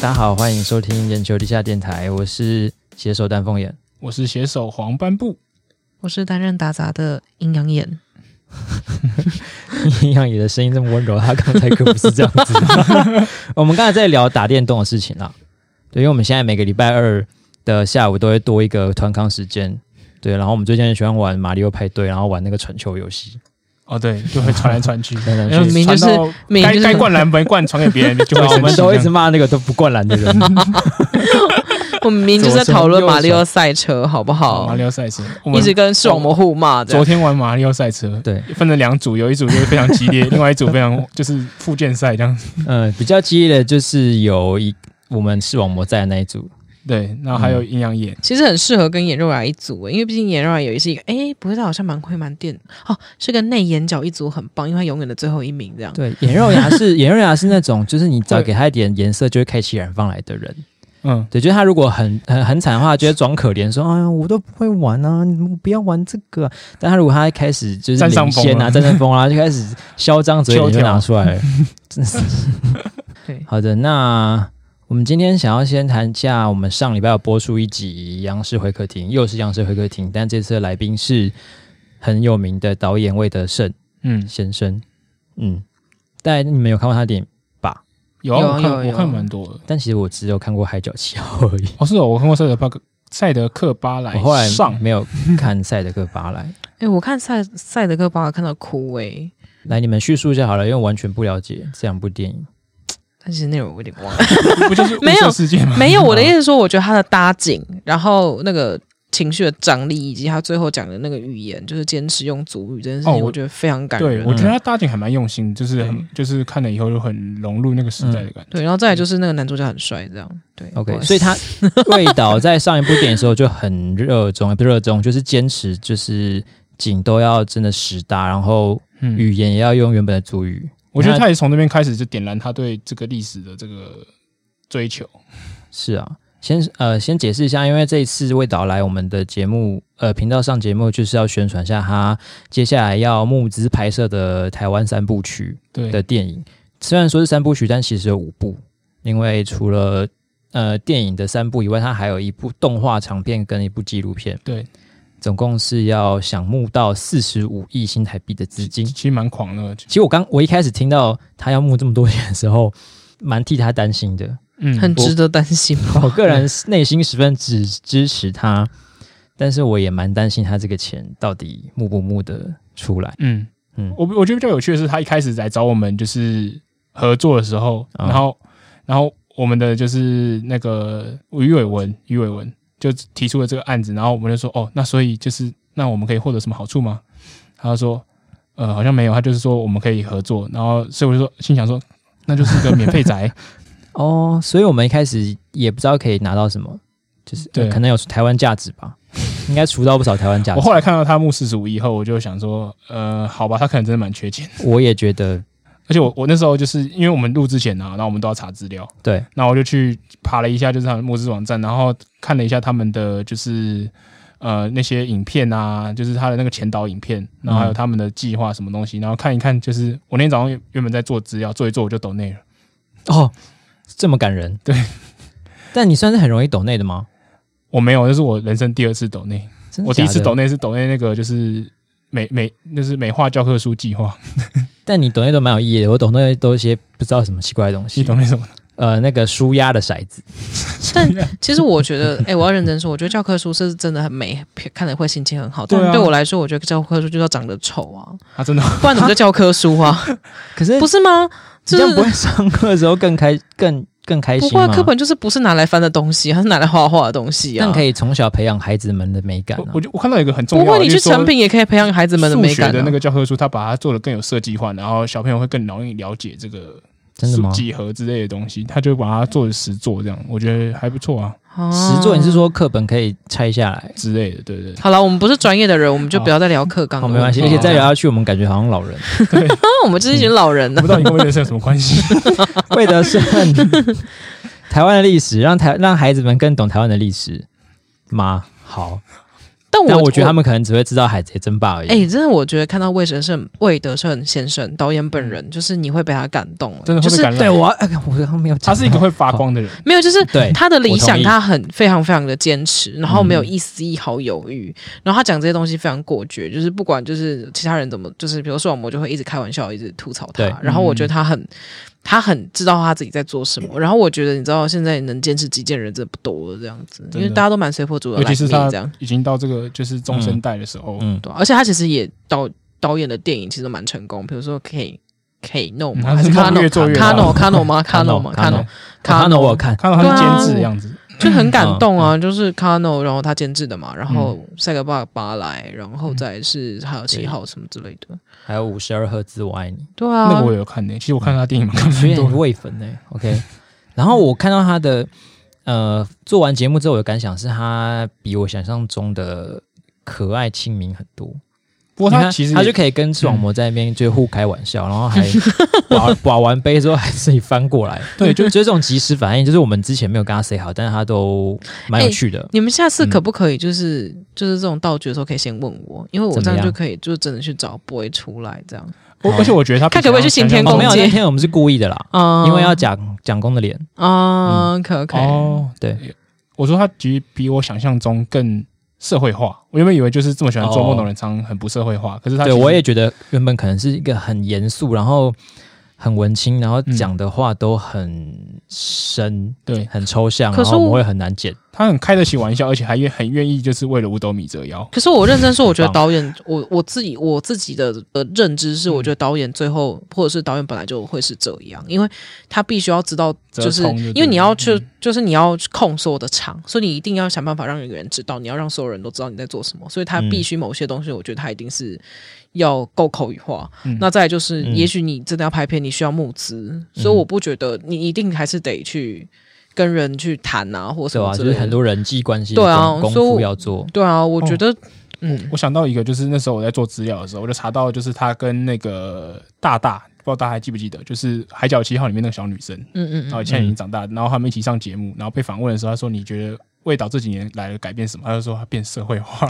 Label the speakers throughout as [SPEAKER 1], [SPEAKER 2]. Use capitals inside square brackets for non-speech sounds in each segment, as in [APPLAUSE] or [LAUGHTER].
[SPEAKER 1] 大家好，欢迎收听眼球地下电台，我是携手丹凤眼。 [LAUGHS]
[SPEAKER 2] 我是写手黄斑布，
[SPEAKER 3] 我是担任打杂的阴阳眼，
[SPEAKER 1] 阴阳眼的声音这么温柔，他刚才可不是这样 [LAUGHS] 子。我们刚才在聊打电动的事情啦，对，因为我们现在每个礼拜二的下午都会多一个团康时间，对，然后我们最近很喜欢玩马里奥派对，然后玩那个传球游戏，
[SPEAKER 2] 哦对，就会传来传 [LAUGHS] 去，
[SPEAKER 1] 传来
[SPEAKER 2] 然后
[SPEAKER 1] 传
[SPEAKER 3] 去
[SPEAKER 2] 传到
[SPEAKER 3] 明明就
[SPEAKER 2] 该
[SPEAKER 3] 是
[SPEAKER 2] 该灌篮没灌，传给别人就会
[SPEAKER 1] 对
[SPEAKER 2] [LAUGHS] 生气。
[SPEAKER 1] 我们都一
[SPEAKER 2] 这
[SPEAKER 1] 直
[SPEAKER 2] 样
[SPEAKER 1] 骂那个都不灌篮的人。
[SPEAKER 3] [LAUGHS] 我们明明就是在讨论马里奥赛车，好不
[SPEAKER 2] 马
[SPEAKER 3] 好
[SPEAKER 2] 里？奥赛车，我
[SPEAKER 3] 一
[SPEAKER 2] 们哦
[SPEAKER 3] 直跟视网膜互骂
[SPEAKER 2] 昨
[SPEAKER 3] 的。
[SPEAKER 2] 天玩马里奥赛车，
[SPEAKER 1] [LAUGHS] 对，
[SPEAKER 2] 分了两组，有一组就是非常激烈，另外一组非常就是附件赛这样。
[SPEAKER 1] 嗯，比较激烈的就是有一我们视网膜在的那一组，
[SPEAKER 2] 对，然后还有阴阳眼，
[SPEAKER 3] 其实很适合跟眼肉癌一组欸，因为毕竟眼肉癌也是一个，哎，不会，他好像蛮会蛮电哦，是跟内眼角一组很棒，因为他永远的最后一名这样。
[SPEAKER 1] 对，眼肉芽 [LAUGHS] 是眼肉芽是那种，就是你只要给他一点颜色，就会开启染坊来的人。
[SPEAKER 2] 嗯，
[SPEAKER 1] 对，就是他如果很很很惨的话，就会装可怜说：“哎呀，我都不会玩啊，你们不要玩这个啊、但他如果他一开始就是
[SPEAKER 2] 占上
[SPEAKER 1] 领
[SPEAKER 2] 风
[SPEAKER 1] 先啊，
[SPEAKER 2] 了
[SPEAKER 1] 占上风啊，就 [LAUGHS] 开始嚣张嘴
[SPEAKER 2] 秋
[SPEAKER 1] 脸就
[SPEAKER 2] 条
[SPEAKER 1] 拿出来了， [LAUGHS] 真是。
[SPEAKER 3] 对，
[SPEAKER 1] 好的，那我们今天想要先谈一下，我们上礼拜有播出一集《央视会客厅》，又是央视会客厅，但这次的来宾是很有名的导演魏德胜
[SPEAKER 2] 嗯，
[SPEAKER 1] 先生。嗯，但你们有看过他的电影？
[SPEAKER 2] 有啊，
[SPEAKER 3] 有
[SPEAKER 2] 我看
[SPEAKER 3] 有有
[SPEAKER 2] 我看蛮多的。
[SPEAKER 1] 但其实我只有看过《海角七号》而已。
[SPEAKER 2] 哦，是哦，我看过赛德巴克赛德克巴莱
[SPEAKER 1] 我后来
[SPEAKER 2] 上，
[SPEAKER 1] 没有看《赛德克巴莱》。
[SPEAKER 3] 哎，我看赛赛德克巴尔看到哭哎，
[SPEAKER 1] 来，你们叙述一下好了，因为我完全不了解这两部电影。
[SPEAKER 3] 但其实内容我有点忘 [LAUGHS] 了。
[SPEAKER 2] 不 [LAUGHS] 就是
[SPEAKER 3] 没有
[SPEAKER 2] 雾社事件吗？
[SPEAKER 3] 没有，我的意思是说，我觉得他的搭景，然后那个情绪的张力，以及他最后讲的那个语言，就是坚持用祖语这件事情，
[SPEAKER 2] 哦我
[SPEAKER 3] 我觉得非常感
[SPEAKER 2] 对，
[SPEAKER 3] 人。啊
[SPEAKER 2] 我觉得他搭景还蛮用心，就是很
[SPEAKER 3] 对
[SPEAKER 2] 就是看了以后就很融入那个时代的感觉。
[SPEAKER 3] 对，然后再来就是那个男主角很帅，这样对。不
[SPEAKER 1] 嗯 OK，
[SPEAKER 3] 好意思
[SPEAKER 1] 所以 [LAUGHS] 他魏导在上一部电影的时候就很热衷，也不是热衷，就是坚持，就是景都要真的实搭，然后
[SPEAKER 2] 嗯
[SPEAKER 1] 语言也要用原本的主语。
[SPEAKER 2] 我觉得
[SPEAKER 1] 那
[SPEAKER 2] 他也从那边开始就点燃他对这个历史的这个追求。
[SPEAKER 1] 是啊，先呃先解释一下，因为这一次魏导来我们的节目呃频道上节目，就是要宣传一下他接下来要募资拍摄的台湾三部曲。
[SPEAKER 2] 对，
[SPEAKER 1] 的电影。虽然说是三部曲，但其实有五部，因为除了呃电影的三部以外，它还有一部动画长片跟一部纪录片，
[SPEAKER 2] 对，
[SPEAKER 1] 总共是要想募到四十五亿新台币的资金。
[SPEAKER 2] 其实蛮狂的。
[SPEAKER 1] 其实我刚我一开始听到他要募这么多钱的时候，蛮替他担心的。
[SPEAKER 2] 嗯，
[SPEAKER 3] 很值得担心哦吧？
[SPEAKER 1] 我个人内心十分支支持他，但是我也蛮担心他这个钱到底募不募得出来。嗯
[SPEAKER 2] 嗯嗯，我我觉得比较有趣的是，他一开始来找我们就是合作的时候，
[SPEAKER 1] 啊
[SPEAKER 2] 然后然后我们的就是那个于伟文，于伟文就提出了这个案子，然后我们就说，哦，那所以就是那我们可以获得什么好处吗？他就说，呃，好像没有，他就是说我们可以合作，然后所以我就说，心想说，那就是一个免费宅，
[SPEAKER 1] 哦，所以我们一开始也不知道可以拿到什么，就是
[SPEAKER 2] 对
[SPEAKER 1] 呃可能有台湾价值吧， [LAUGHS] 应该除到不少台湾价
[SPEAKER 2] [LAUGHS]
[SPEAKER 1] 值。
[SPEAKER 2] 我后来看到他募四十五以后，我就想说，呃，好吧，他可能真的蛮缺钱。
[SPEAKER 1] 我也觉得，
[SPEAKER 2] 而且我我那时候就是因为我们录之前啊，然后我们都要查资料，
[SPEAKER 1] 对，
[SPEAKER 2] 然后我就去爬了一下，就是他们募资网站，然后看了一下他们的就是呃那些影片啊，就是他的那个前导影片，
[SPEAKER 1] 嗯
[SPEAKER 2] 然后还有他们的计划什么东西，然后看一看，就是我那天早上原原本在做资料，做一做我就抖内了。
[SPEAKER 1] 哦，这么感人，
[SPEAKER 2] 对。
[SPEAKER 1] 但你算是很容易懂内的吗？
[SPEAKER 2] 我没有，这是我人生第二次抖内，
[SPEAKER 1] 真的
[SPEAKER 2] 我第一次
[SPEAKER 1] 假的
[SPEAKER 2] 抖，内是抖内那个就是美美就是美化教科书计划，
[SPEAKER 1] 但你懂内都蛮有意义的。我懂内都一些不知道什么奇怪的东
[SPEAKER 2] 你
[SPEAKER 1] 西，
[SPEAKER 2] 懂那什么？
[SPEAKER 1] 呃，那个舒压的骰子，
[SPEAKER 3] 但其实我觉得，哎、我要认真说，我觉得教科书是真的很美，看了会心情很好。但
[SPEAKER 2] 对啊
[SPEAKER 3] 对我来说，我觉得教科书就要长得丑啊，
[SPEAKER 2] 他真的哦
[SPEAKER 3] 不然怎么叫教科书
[SPEAKER 1] [LAUGHS]
[SPEAKER 3] 啊？
[SPEAKER 1] 可是
[SPEAKER 3] 不是吗？
[SPEAKER 1] 哎你
[SPEAKER 3] 就
[SPEAKER 1] 这样不
[SPEAKER 3] 是
[SPEAKER 1] 会上课的时候更开更更开
[SPEAKER 3] 不
[SPEAKER 1] 心
[SPEAKER 3] 过
[SPEAKER 1] 吗？
[SPEAKER 3] 啊课本就是不是拿来翻的东西，它是拿来画画的东西啊。
[SPEAKER 1] 但可以从小培养孩子们的美感、
[SPEAKER 2] 我
[SPEAKER 1] 啊
[SPEAKER 2] 我。就我看到有一个很重
[SPEAKER 3] 不
[SPEAKER 2] 要的，
[SPEAKER 3] 过你
[SPEAKER 2] 就
[SPEAKER 3] 去
[SPEAKER 2] 是说
[SPEAKER 3] 成品也可以培养孩子们的
[SPEAKER 2] 数
[SPEAKER 3] 美
[SPEAKER 2] 学
[SPEAKER 3] 感、啊。
[SPEAKER 2] 的那个教科书，他把它做的更有设计化，然后小朋友会更容易了解这个
[SPEAKER 1] 真的吗
[SPEAKER 2] 数几何之类的东西，他就把它做实作，这样我觉得还不错啊
[SPEAKER 3] 啊
[SPEAKER 1] 实作你是说课本可以拆下来？
[SPEAKER 2] 之类的，对对
[SPEAKER 3] [LAUGHS]
[SPEAKER 2] 对
[SPEAKER 3] 好了，我们不是专业的人，我们就不要再聊课纲了、
[SPEAKER 1] 好，啊没关系，
[SPEAKER 2] 哦
[SPEAKER 1] 而且再聊下去，我们感觉好像老人。
[SPEAKER 3] 那我们就是一群老人
[SPEAKER 2] 我
[SPEAKER 3] 呢、
[SPEAKER 2] 不知道你跟我人生有什么关
[SPEAKER 3] [LAUGHS]
[SPEAKER 2] 系？
[SPEAKER 1] 为的 [LAUGHS] 是台湾的历史，让台让孩子们更懂台湾的历史吗？好，
[SPEAKER 3] 但我
[SPEAKER 1] 但我觉得他们可能只会知道海贼争霸而已。
[SPEAKER 3] 哎、真的，我觉得看到魏神圣、魏德胜先生导演本人，就是你会被他感动，
[SPEAKER 2] 嗯真的会
[SPEAKER 3] 就
[SPEAKER 2] 被
[SPEAKER 3] 是
[SPEAKER 2] 感染。
[SPEAKER 1] 对我，哎我刚刚没有讲，
[SPEAKER 2] 他是一个会发光的人，
[SPEAKER 3] 没有，就是
[SPEAKER 1] 对
[SPEAKER 3] 他的理
[SPEAKER 1] 我同
[SPEAKER 3] 想，
[SPEAKER 1] 意
[SPEAKER 3] 他很非常非常的坚持，然后没有
[SPEAKER 1] 嗯
[SPEAKER 3] 一丝一毫犹豫，然后他讲这些东西非常果决，就是不管就是其他人怎么，就是比如说我们就会一直开玩笑，一直吐槽他
[SPEAKER 1] 对，
[SPEAKER 3] 然后
[SPEAKER 2] 嗯
[SPEAKER 3] 我觉得他很。他很知道他自己在做什么，然后我觉得你知道现在能坚持己见的人真的不多了，这样子，因
[SPEAKER 2] 真的
[SPEAKER 3] 为大家都蛮随波逐流，
[SPEAKER 2] 尤其是
[SPEAKER 3] like me
[SPEAKER 2] 他
[SPEAKER 3] 这样，
[SPEAKER 2] 已经到这个就是中生代的时候，
[SPEAKER 1] 嗯，
[SPEAKER 3] 对啊、而且他其实也导导演的电影其实都蛮成功，比如说 K K No
[SPEAKER 2] 嗯
[SPEAKER 3] 吗？
[SPEAKER 2] 他
[SPEAKER 3] 还是
[SPEAKER 2] 是
[SPEAKER 3] Kano
[SPEAKER 2] 越做越
[SPEAKER 3] Kano
[SPEAKER 2] 好
[SPEAKER 3] Kano 吗？Kano 吗
[SPEAKER 1] Kano，
[SPEAKER 3] Kano
[SPEAKER 1] 看到我有看，
[SPEAKER 2] 看到
[SPEAKER 3] 对啊
[SPEAKER 2] 他是监制的样子，
[SPEAKER 3] 就很感动啊，就是 Kano，然后他监制的嘛，然后塞格巴巴莱，然后再是还有七号什么之类的，
[SPEAKER 1] 还有五十二赫兹，我爱你，
[SPEAKER 3] 对
[SPEAKER 2] 那
[SPEAKER 3] 啊
[SPEAKER 2] 个我，有看的、其实我看他电影蛮
[SPEAKER 1] 有
[SPEAKER 2] 多
[SPEAKER 1] 点
[SPEAKER 2] 的，
[SPEAKER 1] 喂粉呢。OK，然后我看到他的呃，做完节目之后，我的感想是他比我想象中的可爱亲民很多。
[SPEAKER 2] 不过
[SPEAKER 1] 你
[SPEAKER 2] 他
[SPEAKER 1] 看
[SPEAKER 2] 其实嗯
[SPEAKER 1] 他
[SPEAKER 2] 也
[SPEAKER 1] 就可以跟视网膜在那边就互开玩笑，然后
[SPEAKER 2] [LAUGHS]
[SPEAKER 1] 还把把完杯之后还自己翻过来，
[SPEAKER 2] 对
[SPEAKER 1] 就这种及时反应，就是我们之前没有跟他 say 好，但是他都蛮
[SPEAKER 3] 哎
[SPEAKER 1] 有趣的。
[SPEAKER 3] 你们下次可不可以就是就是这种道具的时候可以先问我，因为我
[SPEAKER 1] 怎
[SPEAKER 3] 这
[SPEAKER 1] 么
[SPEAKER 3] 样
[SPEAKER 1] 样
[SPEAKER 3] 就可以就真的去找 boy 出来这样。
[SPEAKER 2] 我而且我觉得他
[SPEAKER 3] 看可不可以去行天宫
[SPEAKER 1] 哦，
[SPEAKER 2] 哦
[SPEAKER 1] 没有，
[SPEAKER 3] 姐
[SPEAKER 1] 那天我们是故意的啦，
[SPEAKER 3] 啊
[SPEAKER 1] 因为要讲蒋公的脸，
[SPEAKER 3] 啊，可可
[SPEAKER 2] 哦，
[SPEAKER 1] 对，
[SPEAKER 2] 我说他其实比我想象中更社会化。我原本以为就是这么喜欢做梦的人，常常很不社会化，可是他
[SPEAKER 1] 哦对
[SPEAKER 2] 其实
[SPEAKER 1] 我也觉得原本可能是一个很严肃，然后很文青，然后
[SPEAKER 2] 嗯
[SPEAKER 1] 讲的话都很深、
[SPEAKER 2] 对
[SPEAKER 1] 很抽象，
[SPEAKER 3] 可
[SPEAKER 1] 然
[SPEAKER 3] 是
[SPEAKER 1] 后我们
[SPEAKER 3] 我
[SPEAKER 1] 会很难剪。
[SPEAKER 2] 他很开得起玩笑，而且还愿很愿意就是为了五斗米折腰。
[SPEAKER 3] 可是我认真说，我觉得
[SPEAKER 1] 很
[SPEAKER 3] 导演，我我自己我自己的呃认知
[SPEAKER 1] 嗯
[SPEAKER 3] 是，我觉得导演最后或者是导演本来就会是这样，因为他必须要知道，就
[SPEAKER 2] 折
[SPEAKER 3] 是
[SPEAKER 2] 冲就对了
[SPEAKER 3] 因为你要去，
[SPEAKER 1] 嗯
[SPEAKER 3] 就是你要控所有的场，所以你一定要想办法让有人知道，你要让所有人都知道你在做什么，所以他
[SPEAKER 1] 嗯
[SPEAKER 3] 必须某些东西，我觉得他一定是要够口语化。
[SPEAKER 2] 嗯
[SPEAKER 3] 那再来就是，
[SPEAKER 1] 嗯
[SPEAKER 3] 也许你真的要拍片，你需要募资，所以我不觉得你一定还是得去跟人去谈啊，或什
[SPEAKER 1] 对
[SPEAKER 3] 么
[SPEAKER 1] 啊，
[SPEAKER 3] 之
[SPEAKER 1] 就
[SPEAKER 3] 类
[SPEAKER 1] 是
[SPEAKER 3] 的。
[SPEAKER 1] 很多哦人际关系的
[SPEAKER 3] 对啊
[SPEAKER 1] 功功
[SPEAKER 3] 所以
[SPEAKER 1] 夫
[SPEAKER 3] 我
[SPEAKER 1] 要做。
[SPEAKER 3] 对啊，我觉得，嗯。
[SPEAKER 2] 我想到一个，就是那时候我在做资料的时候，我就查到就是他跟那个大大，不知道大家还记不记得，就是《海角七号》里面那个小女生，
[SPEAKER 3] 嗯嗯
[SPEAKER 2] 然
[SPEAKER 3] 嗯，
[SPEAKER 2] 后现在已经长大，然后他们一起上节目，然后被访问的时候，他说你觉得味道这几年来了改变什么？他就说他变社会化，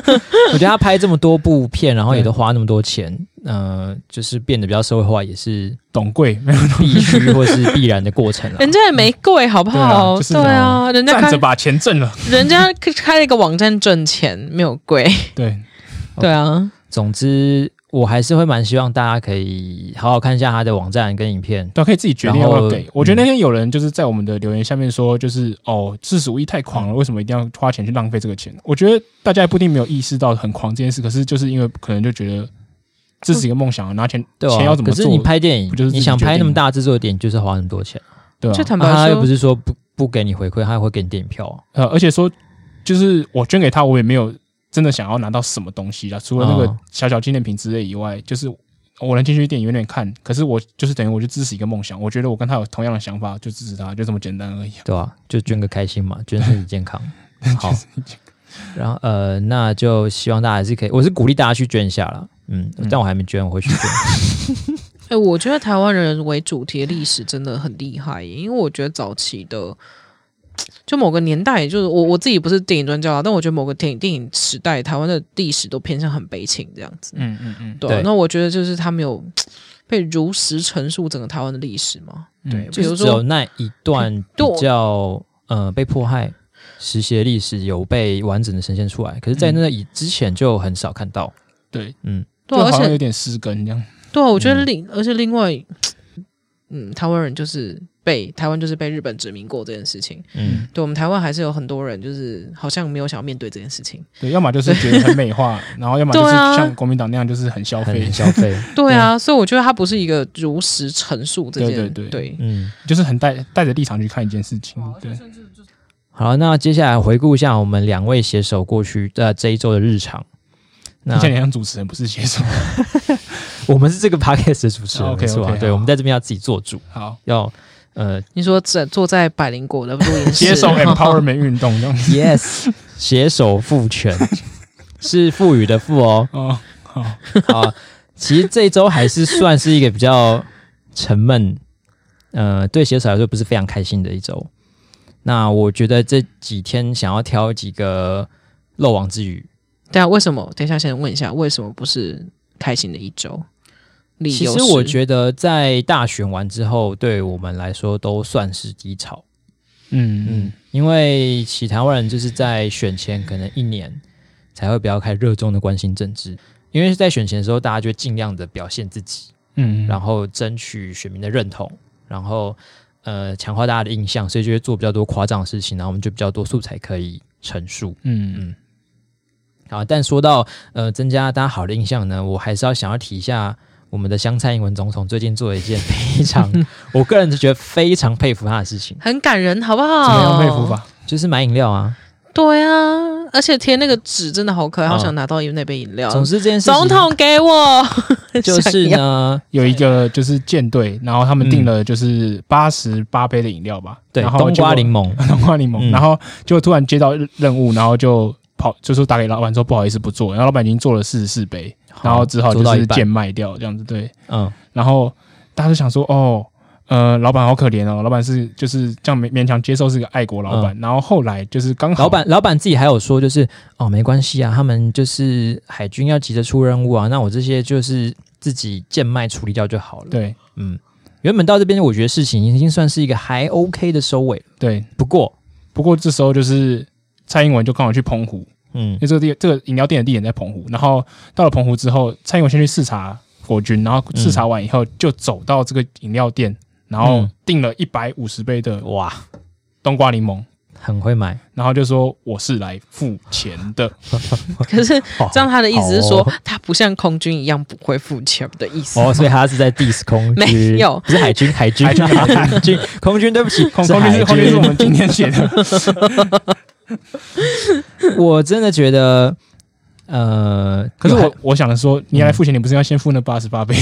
[SPEAKER 1] [LAUGHS] 我觉得他拍这么多部片，然后也都花那么多钱，呃，就是变得比较社会化，也是
[SPEAKER 2] 懂贵，
[SPEAKER 1] 必须或是必然的过程啊
[SPEAKER 3] [LAUGHS]
[SPEAKER 1] 了。
[SPEAKER 3] 人家也没贵，好不好？
[SPEAKER 2] 啊对啊就是
[SPEAKER 3] 对啊，人家
[SPEAKER 2] 站
[SPEAKER 3] 开
[SPEAKER 2] 着把钱挣了。
[SPEAKER 3] 人家开了一个网站挣钱，没有
[SPEAKER 2] [LAUGHS]
[SPEAKER 3] 贵。
[SPEAKER 2] 对，哦
[SPEAKER 3] 对啊，
[SPEAKER 1] 总之，我还是会蛮希望大家可以好好看一下他的网站跟影片。
[SPEAKER 2] 啊都可以自己决定要不
[SPEAKER 1] 然后嗯
[SPEAKER 2] 要给。我觉得那天有人就是在我们的留言下面说，就是哦，四十五亿太狂了，为什么一定要花钱去浪费这个钱？我觉得大家也不一定没有意识到很狂这件事，可是就是因为可能就觉得这是一个梦想，拿钱
[SPEAKER 1] 对啊，
[SPEAKER 2] 钱要怎么
[SPEAKER 1] 可是你
[SPEAKER 2] 做？
[SPEAKER 1] 拍电影
[SPEAKER 2] 不就是，自己
[SPEAKER 1] 你想
[SPEAKER 2] 决定
[SPEAKER 1] 拍那么
[SPEAKER 2] 吗
[SPEAKER 1] 大制作的电影，就是花那么多钱。
[SPEAKER 2] 对
[SPEAKER 3] 就
[SPEAKER 2] 啊，
[SPEAKER 3] 坦
[SPEAKER 1] 那他
[SPEAKER 3] 白
[SPEAKER 1] 又
[SPEAKER 3] 说
[SPEAKER 1] 不，是说不不给你回馈，他还会给你电影票啊。
[SPEAKER 2] 呃，而且说就是我捐给他，我也没有真的想要拿到什么东西啦，除了那
[SPEAKER 1] 嗯
[SPEAKER 2] 个小小纪念品之类以外，就是。我能进去电影院看，可是我就是等于我就支持一个梦想，我觉得我跟他有同样的想法，就支持他，就这么简单而已啊。
[SPEAKER 1] 对吧、就捐个开心嘛，捐身体健
[SPEAKER 2] [LAUGHS]
[SPEAKER 1] 康。好，然后呃，那就希望大家还是可以，我是鼓励大家去捐一下啦。嗯，
[SPEAKER 2] 嗯
[SPEAKER 1] 但我还没捐，我会去捐。
[SPEAKER 3] 哎、我觉得台湾人为主题的历史真的很厉害耶，因为我觉得早期的。就某个年代，就是我我自己不是电影专家啦，但我觉得某个电影电影时代，台湾的历史都偏向很悲情这样子。
[SPEAKER 2] 嗯嗯嗯，
[SPEAKER 3] 对啊，
[SPEAKER 1] 对
[SPEAKER 3] 那我觉得就是他们有被如实陈述整个台湾的历史嘛。
[SPEAKER 1] 嗯
[SPEAKER 2] 对
[SPEAKER 3] 比如
[SPEAKER 1] 只有
[SPEAKER 3] 说，
[SPEAKER 1] 那一段比较呃被迫害实习的历史有被完整的呈现出来，可是，在那以之前就很少看到。
[SPEAKER 2] 对，
[SPEAKER 1] 嗯，
[SPEAKER 3] 对
[SPEAKER 2] 就好
[SPEAKER 3] 啊，而且
[SPEAKER 2] 像有点失根这样。
[SPEAKER 3] 对啊，我觉得
[SPEAKER 1] 嗯
[SPEAKER 3] 另、而且另外，嗯，台湾人就是被台湾就是被日本殖民过这件事情，
[SPEAKER 1] 嗯，
[SPEAKER 3] 对我们台湾还是有很多人就是好像没有想要面对这件事情。
[SPEAKER 2] 对，要么就是觉得很美
[SPEAKER 3] [LAUGHS]
[SPEAKER 2] 化，然后要么就是
[SPEAKER 3] 对啊
[SPEAKER 2] 像国民党那样，就是很消费
[SPEAKER 1] 嗯很，消费。
[SPEAKER 3] 对啊，所以我觉得它不是一个如实陈述这件
[SPEAKER 2] 对对
[SPEAKER 1] [LAUGHS]
[SPEAKER 2] 对
[SPEAKER 1] 嗯，
[SPEAKER 2] 就是很带带着立场去看一件事情。
[SPEAKER 3] 哦
[SPEAKER 2] 对，
[SPEAKER 1] 好，那接下来回顾一下我们两位携手过去呃这一周的日常。
[SPEAKER 2] 你
[SPEAKER 1] 那
[SPEAKER 2] 像你像主持人不是写手，
[SPEAKER 1] [LAUGHS] 我们是这个 podcast 的主持人，
[SPEAKER 2] OK，
[SPEAKER 1] 没错啊
[SPEAKER 2] OK，
[SPEAKER 1] 对，
[SPEAKER 2] 好
[SPEAKER 1] 我们在这边要自己做主，
[SPEAKER 2] 好，
[SPEAKER 1] 要呃 [LAUGHS]
[SPEAKER 3] 你说在坐在百灵果的录音室，
[SPEAKER 2] 接受 empowerment 运动这样子。
[SPEAKER 1] Yes，携手赋权 [LAUGHS] 是赋予的赋 [LAUGHS] 哦。
[SPEAKER 2] 哦，好，
[SPEAKER 1] 啊，其实这一周还是算是一个比较沉闷，呃，对携手来说不是非常开心的一周。那我觉得这几天想要挑几个漏网之鱼，
[SPEAKER 3] 对啊，为什么？等一下先问一下，为什么不是开心的一周？理
[SPEAKER 1] 其
[SPEAKER 3] 由
[SPEAKER 1] 实我
[SPEAKER 3] 得
[SPEAKER 1] 觉得在大选完之后，对我们来说都算是低潮。
[SPEAKER 2] 嗯
[SPEAKER 1] 嗯
[SPEAKER 2] 嗯，，
[SPEAKER 1] 因为其台湾人就是在选前可能一年才会比较开始热衷的关心政治，因为在选前的时候，大家就尽量的表现自己，
[SPEAKER 2] 嗯，
[SPEAKER 1] 然
[SPEAKER 2] 后
[SPEAKER 1] 后争取选民的认同，然后呃强化大家的印象，所以就会做比较多夸张的事情，然后我们就比较多素材可以陈述。
[SPEAKER 2] 嗯
[SPEAKER 1] 嗯啊，但说到呃增加大家好的印象呢，我还是要想要提一下我们的香菜英文总统最近做了一件 [LAUGHS] 非常，我个人是觉得非常佩服他的事情，
[SPEAKER 3] 很感人，好不
[SPEAKER 2] 怎
[SPEAKER 3] 好？
[SPEAKER 2] 么样佩服？法？
[SPEAKER 3] 哦
[SPEAKER 1] 就是买饮料啊。
[SPEAKER 3] 对啊，而且贴那个纸真的好可爱，
[SPEAKER 1] 嗯
[SPEAKER 3] 好想拿到那杯饮料。
[SPEAKER 1] 总之这件事情
[SPEAKER 3] 哦总统给
[SPEAKER 2] [LAUGHS]
[SPEAKER 3] 我，
[SPEAKER 1] 就是
[SPEAKER 3] 想要
[SPEAKER 1] 呢，
[SPEAKER 2] 有一个就是舰队，然后他们订了就是八十八杯的饮料吧，
[SPEAKER 1] 嗯对
[SPEAKER 2] 然后
[SPEAKER 1] 冬
[SPEAKER 2] 结果
[SPEAKER 1] 瓜柠檬，
[SPEAKER 2] 冬瓜柠檬，
[SPEAKER 1] 嗯
[SPEAKER 2] 然后就突然接到任务，然后就跑，就是打给老板说不好意思不做，然后老板已经做了四十四杯，然后只好
[SPEAKER 1] 做
[SPEAKER 2] 就
[SPEAKER 1] 到一
[SPEAKER 2] 是贱
[SPEAKER 1] 半，
[SPEAKER 2] 卖掉这样子，对，
[SPEAKER 1] 嗯，
[SPEAKER 2] 然后大家就想说，哦，呃，老板好可怜哦，老板是就是这样勉勉强接受是个爱国老板，然后后来就是刚
[SPEAKER 1] 嗯
[SPEAKER 2] 好
[SPEAKER 1] 老板老板自己还有说，就是哦没关系啊，他们就是海军要急着出任务啊，那我这些就是自己贱卖处理掉就好了。
[SPEAKER 2] 对
[SPEAKER 1] 嗯，原本到这边我觉得事情已经算是一个还 OK 的收尾了，
[SPEAKER 2] 对，
[SPEAKER 1] 不过
[SPEAKER 2] 不过这时候就是蔡英文就刚好去澎湖，
[SPEAKER 1] 嗯
[SPEAKER 2] 因为这个地这个饮料店的地点在澎湖，然后到了澎湖之后，蔡英文先去视察国军，然后
[SPEAKER 1] 嗯
[SPEAKER 2] 视察完以后就走到这个饮料店，然后
[SPEAKER 1] 嗯
[SPEAKER 2] 订了一百五十杯的
[SPEAKER 1] 哇
[SPEAKER 2] 冬瓜柠檬，
[SPEAKER 1] 很会买，
[SPEAKER 2] 然后就说我是来付钱的，
[SPEAKER 3] 可是
[SPEAKER 1] 哦
[SPEAKER 3] 这样他的意思是说
[SPEAKER 1] 好哦，
[SPEAKER 3] 他不像空军一样不会付钱的意思。
[SPEAKER 1] 哦，所以他是在 diss 空 [LAUGHS] 军，
[SPEAKER 3] 没有
[SPEAKER 1] 不是海军，海军， [LAUGHS]
[SPEAKER 2] 海军
[SPEAKER 1] 海军，空军，对不起，
[SPEAKER 2] 空
[SPEAKER 1] [LAUGHS] 是
[SPEAKER 2] 空军
[SPEAKER 1] 海
[SPEAKER 2] 是空军是我们今天写的，
[SPEAKER 1] 我真的觉得，呃，
[SPEAKER 2] 可是
[SPEAKER 1] 有
[SPEAKER 2] 我我想说，你来付钱，你不是要先付那八十八杯？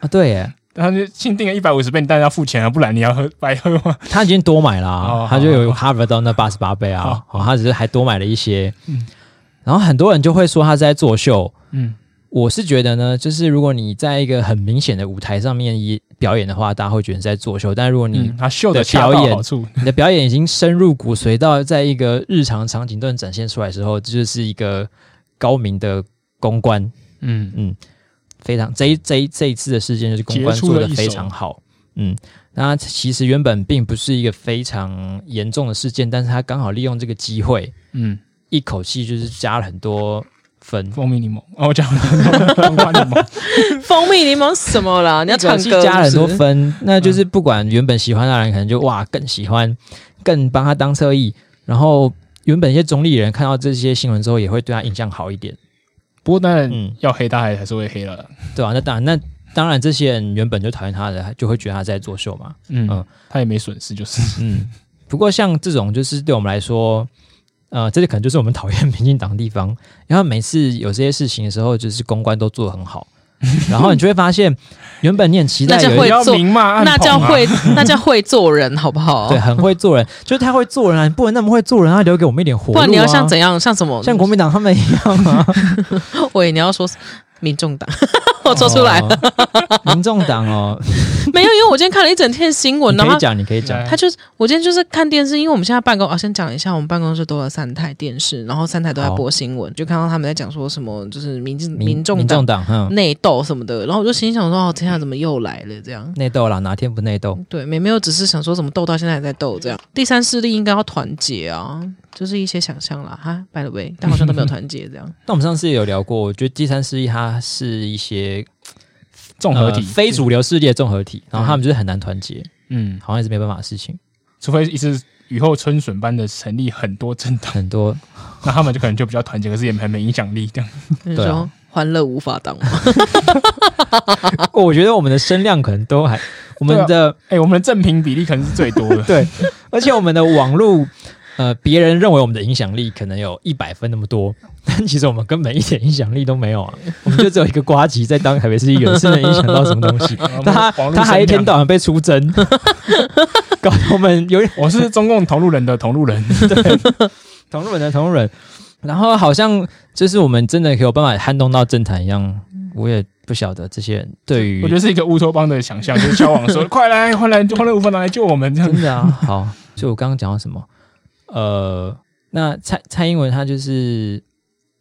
[SPEAKER 1] 啊，对耶，
[SPEAKER 2] 他就新订了一百五十杯，你当然要付钱啊，不然你要喝白喝吗？
[SPEAKER 1] 他已经多买啦、
[SPEAKER 2] 哦
[SPEAKER 1] 他就有 h a r v 到那八十八倍啊，哦，他只是还多买了一些。
[SPEAKER 2] 嗯
[SPEAKER 1] 然后很多人就会说他是在作秀，
[SPEAKER 2] 嗯
[SPEAKER 1] 我是觉得呢，就是如果你在一个很明显的舞台上面一表演的话，大家会觉得你在作秀；但如果你、
[SPEAKER 2] 嗯，他秀的
[SPEAKER 1] 的表演
[SPEAKER 2] 好处，
[SPEAKER 1] 你的表演已经深入骨髓到在一个日常场景都能展现出来的时候，这就是一个高明的公关。
[SPEAKER 2] 嗯
[SPEAKER 1] 嗯，非常这一这一这一次的事件就是公
[SPEAKER 2] 杰
[SPEAKER 1] 关
[SPEAKER 2] 出
[SPEAKER 1] 做
[SPEAKER 2] 了
[SPEAKER 1] 的
[SPEAKER 2] 一
[SPEAKER 1] 非
[SPEAKER 2] 手
[SPEAKER 1] 常好。嗯，那其实原本并不是一个非常严重的事件，但是他刚好利用这个机会，
[SPEAKER 2] 嗯，
[SPEAKER 1] 一口气就是加了很多分，
[SPEAKER 2] 蜂蜜柠檬，哦，我讲了冬瓜柠檬，
[SPEAKER 3] [LAUGHS] 蜂蜜柠檬是什
[SPEAKER 1] [LAUGHS]
[SPEAKER 3] 么啦？你要
[SPEAKER 1] 一
[SPEAKER 3] 唱
[SPEAKER 1] 口气
[SPEAKER 3] 歌
[SPEAKER 1] 加了很
[SPEAKER 3] 是
[SPEAKER 1] 多
[SPEAKER 3] 不是
[SPEAKER 1] 分，那就是不管原本喜欢的人，可能就哇更喜欢，更帮他当侧翼，然后原本一些中立人看到这些新闻之后，也会对他印象好一点，
[SPEAKER 2] 不过当然
[SPEAKER 1] 嗯，
[SPEAKER 2] 要黑大海还是会黑了，
[SPEAKER 1] 对啊吧、那当然，那当然这些人原本就讨厌他的，就会觉得他在作秀嘛，嗯
[SPEAKER 2] 嗯，他也没损失，就是
[SPEAKER 1] 嗯，不过像这种就是对我们来说，呃，这里可能就是我们讨厌民进党的地方。 [LAUGHS] 然后每次有这些事情的时候，就是公关都做得很
[SPEAKER 3] [LAUGHS]
[SPEAKER 1] 好，然后你就会发现，原本你很期待
[SPEAKER 3] 那就
[SPEAKER 1] 有一
[SPEAKER 3] 会
[SPEAKER 1] 个
[SPEAKER 2] 要
[SPEAKER 3] 做
[SPEAKER 2] 明骂暗
[SPEAKER 3] 那
[SPEAKER 2] 捧
[SPEAKER 3] 叫
[SPEAKER 2] 啊
[SPEAKER 3] 会，那叫会做人，好不好？
[SPEAKER 1] 对很啊会做人，就是他会做人啊，你不能那么会做人，他留给我们一点活路、
[SPEAKER 3] 不
[SPEAKER 1] 啊。
[SPEAKER 3] 然你要像怎样？像什么？
[SPEAKER 1] 像国民党他们一样啊，
[SPEAKER 3] 喂，你要说民众党， [LAUGHS] 我说出来了，
[SPEAKER 1] 哦民众党
[SPEAKER 3] [LAUGHS]
[SPEAKER 1] 哦，
[SPEAKER 3] 没有？因为我今天看了一整天新闻，
[SPEAKER 1] 你
[SPEAKER 3] 然
[SPEAKER 1] 可
[SPEAKER 3] 后
[SPEAKER 1] 以
[SPEAKER 3] 他
[SPEAKER 1] 讲，你啊可以讲，
[SPEAKER 3] 他就是我今天就是看电视，因为我们现在办公啊，先讲一下，我们办公室都有三台电视，然后三台都在
[SPEAKER 1] 好
[SPEAKER 3] 播新闻，就看到他们在讲说什么，就是民进
[SPEAKER 1] 民
[SPEAKER 3] 民众
[SPEAKER 1] 民
[SPEAKER 3] 党嗯
[SPEAKER 1] 众党，嗯哼，
[SPEAKER 3] 内斗什么的，然后我就心想说，哦，天啊，怎么又来了这样？
[SPEAKER 1] 内斗啦，哪天不内斗？
[SPEAKER 3] 对，没没有，只是想说怎么斗到现在还在斗这样。第三势力应该要团结啊，就是一些想象啦哈，by the way，但好像都没有团结这 [LAUGHS] 样。
[SPEAKER 1] 那我们上次也有聊过，我觉得第三势力它是一些
[SPEAKER 2] 综合体
[SPEAKER 1] 呃非，主流势力的综合体，然后他们就是很难团结，
[SPEAKER 2] 嗯，
[SPEAKER 1] 好像也是没办法的事
[SPEAKER 2] [LAUGHS]
[SPEAKER 1] 情。
[SPEAKER 2] 除非一次雨后春笋般的成立很多政党，
[SPEAKER 1] 很多
[SPEAKER 2] 那他们就可能就比较团结，可是也很没影响力这样。
[SPEAKER 3] 你
[SPEAKER 1] 对啊
[SPEAKER 3] 说欢乐无法当吗？
[SPEAKER 1] 我觉得我们的声量可能都还，我们的
[SPEAKER 2] 哎，我们的正评比例可能是最多的，
[SPEAKER 1] 对，而且我们的网络，呃，别人认为我们的影响力可能有一百分那么多， [LAUGHS] 但其实我们根本一点影响力都没有
[SPEAKER 2] [LAUGHS]
[SPEAKER 1] 啊，我们就只有一个瓜吉在当台北市议员，是能影响到什么东西？
[SPEAKER 2] 我们的
[SPEAKER 1] 他
[SPEAKER 2] [LAUGHS] 网络
[SPEAKER 1] 他还一
[SPEAKER 2] 声
[SPEAKER 1] 天
[SPEAKER 2] 量
[SPEAKER 1] 到晚被出
[SPEAKER 2] [LAUGHS]
[SPEAKER 1] 征，搞得我们有点
[SPEAKER 2] 我是中共同路人的同路人，
[SPEAKER 1] 嗯同路人的同路人，然后好像就是我们真的有办法撼动到政坛一样，我也不晓得这些人对于
[SPEAKER 2] 我觉得是一个乌托邦的想象，就是消亡
[SPEAKER 1] [LAUGHS]
[SPEAKER 2] 说快来，快来，欢乐无法来救我们这样。
[SPEAKER 1] 真的
[SPEAKER 2] [LAUGHS]
[SPEAKER 1] 啊，好，所以我刚刚讲到什么？呃，那蔡蔡英文她就是，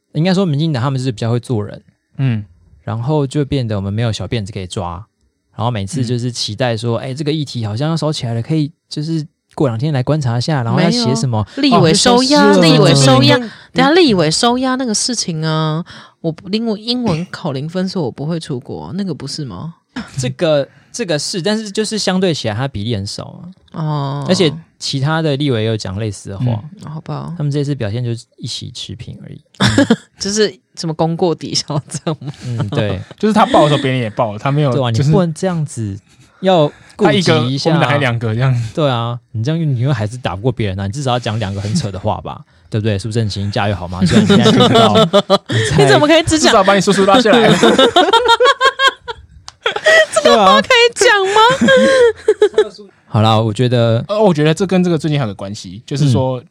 [SPEAKER 1] 哎、应该说民进党他们是比较会做人，
[SPEAKER 2] 嗯，
[SPEAKER 1] 然后就变得我们没有小辫子可以抓，然后每次
[SPEAKER 2] 嗯
[SPEAKER 1] 就是期待说，哎、这个议题好像要烧起来了，可以就是过两天来观察一下，然后要
[SPEAKER 3] 没有
[SPEAKER 1] 写什么？
[SPEAKER 3] [LAUGHS] 立委收押，
[SPEAKER 2] 哦这
[SPEAKER 3] 立委
[SPEAKER 2] 是
[SPEAKER 3] 收押
[SPEAKER 2] 这，
[SPEAKER 3] 等下立委收押那个事情啊，我不英文英文考零分，所以我不会出国，那个不是吗？
[SPEAKER 1] 这个这个是，但是就是相对起来，它比例很少嘛。
[SPEAKER 3] 哦，
[SPEAKER 1] 而且其他的立委也有讲类似的话，
[SPEAKER 2] 嗯
[SPEAKER 3] 好吧，
[SPEAKER 1] 他们这次表现就是一起持平而已。
[SPEAKER 3] 就是什么功过抵消这样吗？
[SPEAKER 1] 嗯， [LAUGHS] 对，
[SPEAKER 2] 就是他报的时候别人也报了，他没有
[SPEAKER 1] 对啊，，你
[SPEAKER 2] 就是
[SPEAKER 1] 不能这样子，要顾
[SPEAKER 2] 他一
[SPEAKER 1] 及
[SPEAKER 2] 个，
[SPEAKER 1] 一
[SPEAKER 2] 我
[SPEAKER 1] 下
[SPEAKER 2] 们。还两个这样，
[SPEAKER 1] 对啊，你这样你又还是打不过别人啊，你至少要讲两个很扯的话吧，对不对？苏正清驾驭 [LAUGHS] 好吗？虽然 [LAUGHS] 你现在听不到，你在
[SPEAKER 3] 哎你怎么可以
[SPEAKER 2] [LAUGHS]
[SPEAKER 3] 只
[SPEAKER 2] 至
[SPEAKER 3] [LAUGHS] 讲
[SPEAKER 2] 少把你叔叔拉下
[SPEAKER 1] [LAUGHS]
[SPEAKER 2] 来了。
[SPEAKER 1] 对啊？
[SPEAKER 3] 讲吗？
[SPEAKER 1] 好啦，我觉得
[SPEAKER 2] 呃，我觉得这跟这个最近还有个关系，就是说，
[SPEAKER 1] 嗯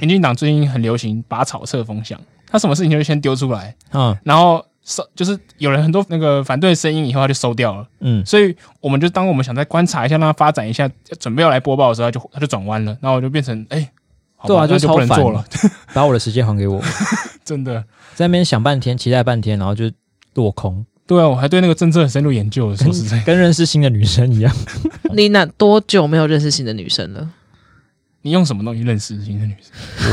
[SPEAKER 2] 民进党最近很流行拔草测风向，他什么事情就先丢出来，
[SPEAKER 1] 嗯
[SPEAKER 2] 然后收，就是有人很多那个反对的声音以后他就收掉了，
[SPEAKER 1] 嗯，
[SPEAKER 2] 所以我们就当我们想再观察一下，让它发展一下，准备要来播报的时候，他就他就转弯了，然后我就变成哎、好吧
[SPEAKER 1] 对啊
[SPEAKER 2] 那
[SPEAKER 1] 就
[SPEAKER 2] 就
[SPEAKER 1] 超
[SPEAKER 2] 不能
[SPEAKER 1] 烦
[SPEAKER 2] 做了，
[SPEAKER 1] 把我的时间还给我，
[SPEAKER 2] [LAUGHS] 真的。
[SPEAKER 1] 在那边想半天，期待半天，然后就落空，
[SPEAKER 2] 对啊，我还对那个政策很深入研究，说实在，
[SPEAKER 1] 跟认识新的女生一样。
[SPEAKER 3] 你那多久没有认识新的女生了？
[SPEAKER 2] 你用什么东西认识新的女 生？